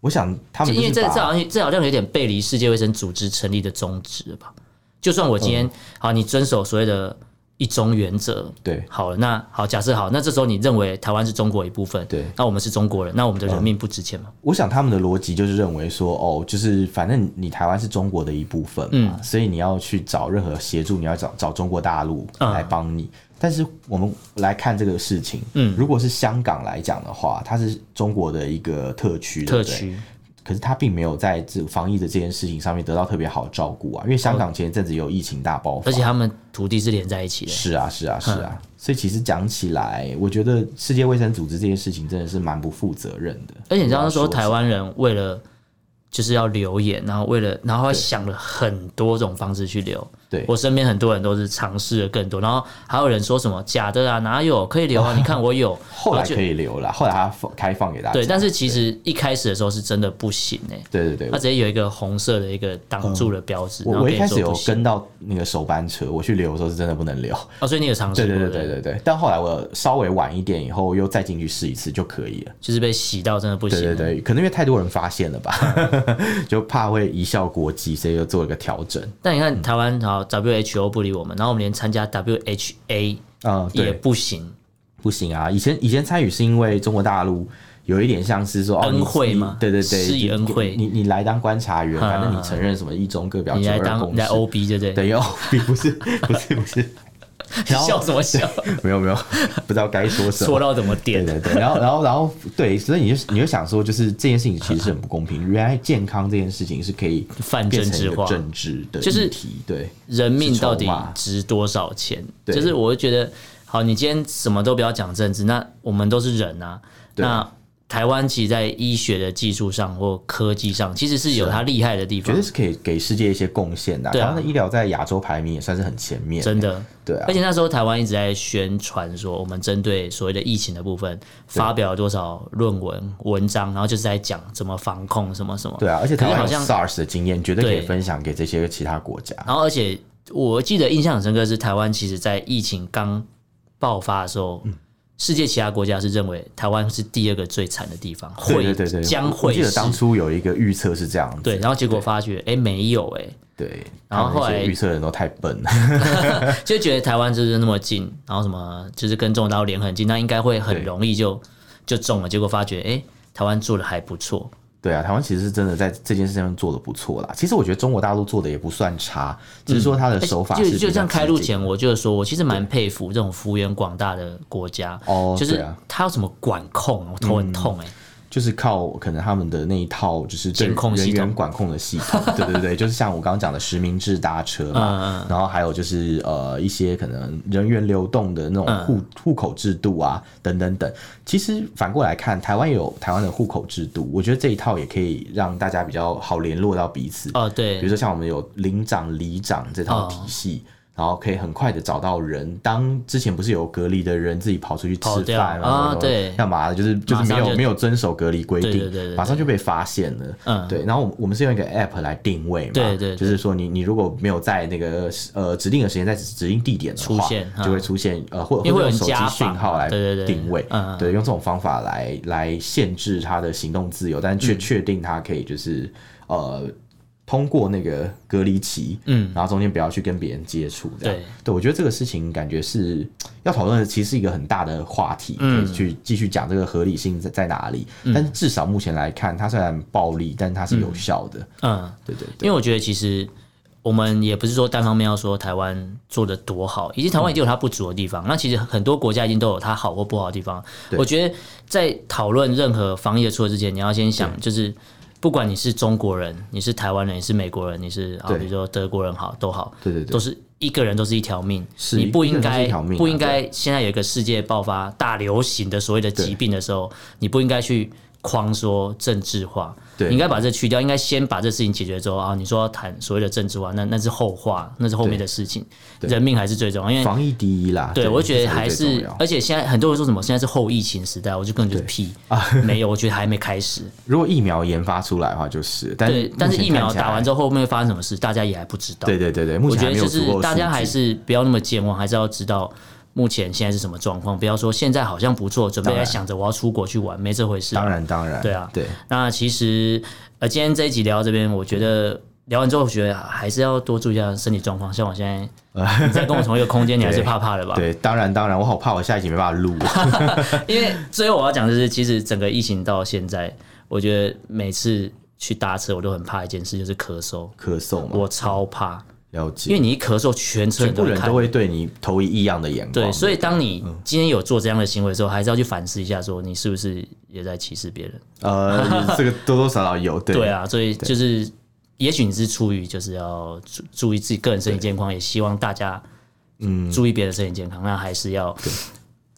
Speaker 2: 我想他
Speaker 1: 就
Speaker 2: 们
Speaker 1: 因为
Speaker 2: 就
Speaker 1: 这
Speaker 2: 是
Speaker 1: 这
Speaker 2: 把
Speaker 1: 好像这好像有点背离世界卫生组织成立的宗旨了吧？就算我今
Speaker 2: 嗯
Speaker 1: 天、好，你遵守所谓的一中原则，
Speaker 2: 对
Speaker 1: 好了，那好，假设好，那这时候你认为台湾是中国一部分，
Speaker 2: 对
Speaker 1: 那我们是中国人，那我们的人命不值钱吗？
Speaker 2: 我想他们的逻辑就是认为说，哦，就是反正你台湾是中国的一部分嘛，
Speaker 1: 嗯
Speaker 2: 所以你要去找任何协助，你要找找中国大陆
Speaker 1: 嗯
Speaker 2: 来帮你。但是我们来看这个事情，嗯，如果是香港来讲的话，它是中国的一个特区，对
Speaker 1: 特
Speaker 2: 不对
Speaker 1: 区，
Speaker 2: 可是他并没有在这防疫的这件事情上面得到特别好的照顾啊，因为香港前一阵子有疫情大爆发，
Speaker 1: 而且他嗯们土地是连在一起的，
Speaker 2: 是啊，是啊，是啊。所以其实讲起来，我觉得世界卫生组织这件事情真的是蛮不负责任的。
Speaker 1: 而且你知道那时候
Speaker 2: 我要说
Speaker 1: 台湾人为了就是要留言，然后为了然后还想了很多种方式去留。
Speaker 2: 对
Speaker 1: 我身边很多人都是尝试了更多，然后还有人说什么假的啊，哪有可以 留啊？你看我有，
Speaker 2: 后来
Speaker 1: 然后就
Speaker 2: 可以留了，后来他放开放给大家。
Speaker 1: 对，但是其实一开始的时候是真的不行哎、
Speaker 2: 对对
Speaker 1: 它
Speaker 2: 对，
Speaker 1: 直接有一个红色的一个挡住的标志，然
Speaker 2: 嗯我
Speaker 1: 后
Speaker 2: 我
Speaker 1: 跟
Speaker 2: 一
Speaker 1: 你
Speaker 2: 开始
Speaker 1: 说
Speaker 2: 有
Speaker 1: 不行。
Speaker 2: 跟到那个首班车，我去留的时候是真的不能留。
Speaker 1: 哦，所以你有尝试
Speaker 2: 对
Speaker 1: 过，
Speaker 2: 对对
Speaker 1: 不
Speaker 2: 对对对，但后来我稍微晚一点以后又再进去试一次就可以了。
Speaker 1: 就是被洗到真的不行啊
Speaker 2: 对
Speaker 1: 了。
Speaker 2: 对对，可能因为太多人发现了吧， 就怕会贻笑国际，所以又做了个调整。
Speaker 1: 但你看台湾好 WHO 不理我们，然后我们连参加 WHA
Speaker 2: 啊、
Speaker 1: 也
Speaker 2: 对，
Speaker 1: 不行，
Speaker 2: 不行啊！以前以前参与是因为中国大陆有一点像是说哦，
Speaker 1: 恩
Speaker 2: 你
Speaker 1: 惠嘛
Speaker 2: 你对对对，
Speaker 1: 施以恩惠
Speaker 2: 你你你来当观察员，
Speaker 1: 嗯
Speaker 2: 反正你承认什么一中各表
Speaker 1: 你
Speaker 2: 九
Speaker 1: 来
Speaker 2: 二
Speaker 1: 当
Speaker 2: 共
Speaker 1: 你来
Speaker 2: 识，
Speaker 1: OB 对不对？
Speaker 2: 等 于 OB 不是不是不是，然后
Speaker 1: 笑什么笑？
Speaker 2: 没有没有，不知道该说什么
Speaker 1: 错。到怎么
Speaker 2: 对
Speaker 1: 点？
Speaker 2: 对对，然后然后然后对，所以你就你就想说，就是这件事情其实是很不公平。原来健康这件事情是可以
Speaker 1: 泛
Speaker 2: 变
Speaker 1: 政
Speaker 2: 成一
Speaker 1: 治
Speaker 2: 个
Speaker 1: 化，
Speaker 2: 政治的
Speaker 1: 就是
Speaker 2: 议题，对
Speaker 1: 人命到
Speaker 2: 是
Speaker 1: 底
Speaker 2: 筹码
Speaker 1: 值多少钱？
Speaker 2: 对
Speaker 1: 就是我会觉得，好，你今天什么都不要讲政治，那我们都是人啊。
Speaker 2: 对
Speaker 1: 那台湾其实在医学的技术上或科技上，其实是有它厉害的地
Speaker 2: 绝
Speaker 1: 方
Speaker 2: 啊对，是可以给世界一些贡献的啊。
Speaker 1: 对啊
Speaker 2: 台湾的医疗在亚洲排名也算是很前面，
Speaker 1: 真的。
Speaker 2: 对啊
Speaker 1: 而。且那时候台湾一直在宣传说，我们针对所谓的疫情的部分，发表了多少论文文章，然后就是在讲怎么防控什么什么。
Speaker 2: 对啊，而且台湾
Speaker 1: 可
Speaker 2: 有
Speaker 1: 是好像
Speaker 2: SARS 的经验，绝对可以
Speaker 1: 对
Speaker 2: 分享给这些其他国家。
Speaker 1: 然后而且我记得印象很深刻是，台湾其实在疫情刚爆发的时候，
Speaker 2: 嗯
Speaker 1: 世界其他国家是认为台湾是第二个最惨的地方，会
Speaker 2: 对对对对，
Speaker 1: 将
Speaker 2: 我
Speaker 1: 会
Speaker 2: 记得
Speaker 1: 是
Speaker 2: 当初有一个预测是这样子，
Speaker 1: 对，然后结果发觉哎没有哎、
Speaker 2: 对，
Speaker 1: 然后
Speaker 2: 他们
Speaker 1: 后
Speaker 2: 那
Speaker 1: 来
Speaker 2: 些预测的人都太笨了，
Speaker 1: 就觉得台湾就是那么近，然后什么就是跟中国大陆连很近，那应该会很
Speaker 2: 对
Speaker 1: 容易就就中了，结果发觉哎台湾做的还不错，
Speaker 2: 对啊，台湾其实是真的在这件事情上做的不错啦。其实我觉得中国大陆做的也不算差，只是说他的手法
Speaker 1: 嗯哎就是就
Speaker 2: 比较
Speaker 1: 像开路
Speaker 2: 激进
Speaker 1: 前，我就说，我其实蛮佩服这种幅员广大的国家，
Speaker 2: 哦
Speaker 1: 就
Speaker 2: 对
Speaker 1: 是
Speaker 2: 啊嗯
Speaker 1: 他要怎么管控，我头很痛哎、
Speaker 2: 就是靠可能他们的那一套就是对
Speaker 1: 监控系
Speaker 2: 人
Speaker 1: 统
Speaker 2: 员管控的系 统，对对对，就是像我刚刚讲的实名制搭车
Speaker 1: 嗯
Speaker 2: 嘛，然后还有就是呃一些可能人员流动的那
Speaker 1: 嗯
Speaker 2: 种户户口制度啊等等等。其实反过来看，台湾也有台湾的户口制度，我觉得这一套也可以让大家比较好联络到彼此。
Speaker 1: 哦
Speaker 2: 比
Speaker 1: 对哦
Speaker 2: 如，说像我们有领长、里长这套体系。然后可以很快的找到人。当之前不是有隔离的人自己跑出去吃
Speaker 1: 跑掉啊
Speaker 2: 饭然后
Speaker 1: 对
Speaker 2: 干嘛的？就是就是
Speaker 1: 马
Speaker 2: 没
Speaker 1: 上
Speaker 2: 有
Speaker 1: 就
Speaker 2: 没有遵守隔离规定，
Speaker 1: 对对对对对
Speaker 2: 马上就被发现了。
Speaker 1: 嗯
Speaker 2: 对。然后我们我们是用一个 app 来定位嘛，
Speaker 1: 对对对
Speaker 2: 就是说你你如果没有在那个呃指定的时间在指定地点的话，
Speaker 1: 出现嗯
Speaker 2: 就会出现呃或
Speaker 1: 因为
Speaker 2: 或
Speaker 1: 会有
Speaker 2: 者用
Speaker 1: 人
Speaker 2: 手机
Speaker 1: 家访
Speaker 2: 讯号来
Speaker 1: 对对对对
Speaker 2: 定位，
Speaker 1: 嗯嗯
Speaker 2: 对，用这种方法来来限制他的行动自由，但
Speaker 1: 嗯
Speaker 2: 却确定他可以就是呃。通过那个隔离期，嗯，然后中间不要去跟别人接触，这样。
Speaker 1: 对，
Speaker 2: 我觉得这个事情感觉是要讨论的，其实是一个很大的话题，可
Speaker 1: 嗯
Speaker 2: 以去继续讲这个合理性在在哪里。但是至少目前来看，它虽然暴力，但它是有效的。
Speaker 1: 嗯，
Speaker 2: 对对对，
Speaker 1: 因为我觉得其实我们也不是说单方面要说台湾做的多好，以及台湾已经有它不足的地方。那其实很多国家已经都有它好或不好的地方。
Speaker 2: 嗯对
Speaker 1: 我觉得在讨论任何防疫的措施之前，你要先想，就是不管你是中国人，你是台湾人，你是美国人，你是啊，
Speaker 2: 对
Speaker 1: 比如说德国人好都好，
Speaker 2: 对对对
Speaker 1: 都是一个人都是一条命，
Speaker 2: 是
Speaker 1: 你不应
Speaker 2: 一个人都是
Speaker 1: 该
Speaker 2: 一条命啊
Speaker 1: 不应该现在有一个世界爆发大流行的所谓的疾病的时候，你不应该去框说政治化，
Speaker 2: 对
Speaker 1: 你应该把这去掉，应该先把这事情解决之后啊，你说要谈所谓的政治化，那那是后话，那是后面的事情，人命还是最重要，因为。
Speaker 2: 防疫第一啦。
Speaker 1: 对，我觉得
Speaker 2: 这
Speaker 1: 还
Speaker 2: 才最重
Speaker 1: 是
Speaker 2: 要，
Speaker 1: 而且现在很多人说什么现在是后疫情时代，我就根本 就是屁啊，没有，我觉得还没开始。
Speaker 2: 如果疫苗研发出来的话，就是，但
Speaker 1: 对，但是
Speaker 2: 目前
Speaker 1: 疫苗
Speaker 2: 看起来
Speaker 1: 打完之后后面会发生什么事，大家也还不知道。
Speaker 2: 对对对对，目
Speaker 1: 我
Speaker 2: 前
Speaker 1: 觉
Speaker 2: 还
Speaker 1: 得
Speaker 2: 没有
Speaker 1: 就
Speaker 2: 足
Speaker 1: 是
Speaker 2: 够的
Speaker 1: 大家
Speaker 2: 数据
Speaker 1: 还是不要那么健忘，还是要知道目前现在是什么状况，不要说现在好像不错，准备在想着我要出国去玩，没这回事啊、
Speaker 2: 当然当然，
Speaker 1: 对啊
Speaker 2: 对。
Speaker 1: 那其实呃，今天这一集聊到这边，我觉得。聊完之后，我觉得还是要多注意一下身体状况。像我现 在，你再跟我同一个空间，你还是怕怕的吧？
Speaker 2: 对，当然当然，我好怕我下一集没办法 录。
Speaker 1: 因为最后我要讲的是，其实整个疫情到现在，我觉得每次去搭车，我都很怕一件事，就是咳嗽。
Speaker 2: 咳嗽嘛，
Speaker 1: 我超怕，
Speaker 2: 了
Speaker 1: 因为
Speaker 2: 解，
Speaker 1: 你一咳嗽，全车
Speaker 2: 全
Speaker 1: 人都
Speaker 2: 部
Speaker 1: 会
Speaker 2: 人
Speaker 1: 看
Speaker 2: 都会对你投以异样的眼光。
Speaker 1: 对，所以当你
Speaker 2: 嗯
Speaker 1: 今天有做这样的行为之后，还是要去反思一下，说你是不是也在歧视别人？
Speaker 2: 呃， 这个多多少少有，对
Speaker 1: 对，啊，所以就是，也许你是出于就是要注注意自己个人身体健康，也希望大家嗯注意别人身体健康，那还是要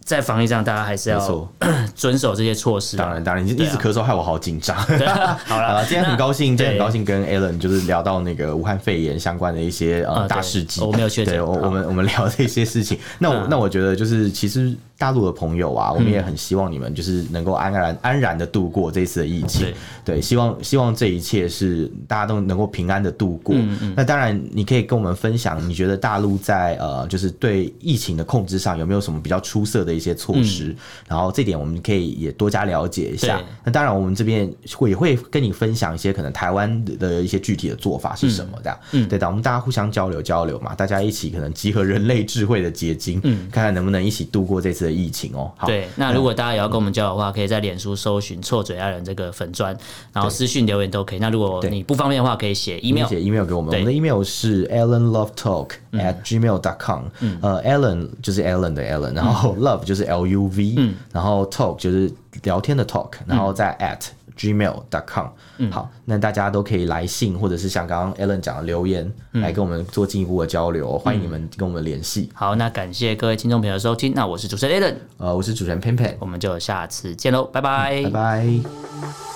Speaker 1: 在防疫上，大家还是
Speaker 2: 没
Speaker 1: 要
Speaker 2: 错，
Speaker 1: 遵守这些措施啊。
Speaker 2: 当然当然，你一
Speaker 1: 对啊
Speaker 2: 直咳嗽害我好紧张。好
Speaker 1: 对啊， 好
Speaker 2: 了，
Speaker 1: 了，
Speaker 2: 今天很高兴，今
Speaker 1: 对
Speaker 2: 天很高兴跟 Alan 就是聊到那个武汉肺炎相关的一些
Speaker 1: 啊
Speaker 2: 呃
Speaker 1: 对
Speaker 2: 大事迹，
Speaker 1: 我没有确诊
Speaker 2: 对我
Speaker 1: 好
Speaker 2: 我们我们聊这些事情，那
Speaker 1: 嗯
Speaker 2: 我那我觉得就是其实大陆的朋友啊，我们也很希望你们就是能够安然安然的度过这次的疫情
Speaker 1: 对，
Speaker 2: 对，希望希望这一切是大家都能够平安的度过。
Speaker 1: 嗯
Speaker 2: 那当然，你可以跟我们分享，你觉得大陆在呃，就是对疫情的控制上有没有什么比较出色的一些措施？然后这点我们可以也多加了解一下
Speaker 1: 嗯对。
Speaker 2: 那当然，我们这边会也会跟你分享一些可能台湾的一些具体的做法是什么，这样、对的，我们大家互相交流交流嘛，大家一起可能集合人类智慧的结晶，看看能不能一起度过这次的的疫情哦。好
Speaker 1: 对，那如果大家也要跟我们交流的话，可以在脸书搜寻“臭嘴爱人”这个粉砖，然后私讯留言都可以。那如果你不方便的话，可以写 email。
Speaker 2: 写 email 给我们，我
Speaker 1: 对嗯
Speaker 2: 们的 email 是 allenlovetalk at gmail dot com、呃，allen 就是 allen 的 allen，然后
Speaker 1: 嗯
Speaker 2: love 就是 l u v，、然后 talk 就是聊天的 talk，然
Speaker 1: 嗯
Speaker 2: 后再 at。gmail.com，、好，那大家都可以来信，或者是像刚刚 Alan 讲的留言，
Speaker 1: 嗯
Speaker 2: 来跟我们做进一步的交流，欢迎你们跟我们联系。
Speaker 1: 好，那感谢各位听众朋友的收听，那我是主持人 Alan，
Speaker 2: 呃，我是主持人 Pan Pan，
Speaker 1: 嗯哎我们就下次见喽，拜拜
Speaker 2: 拜拜。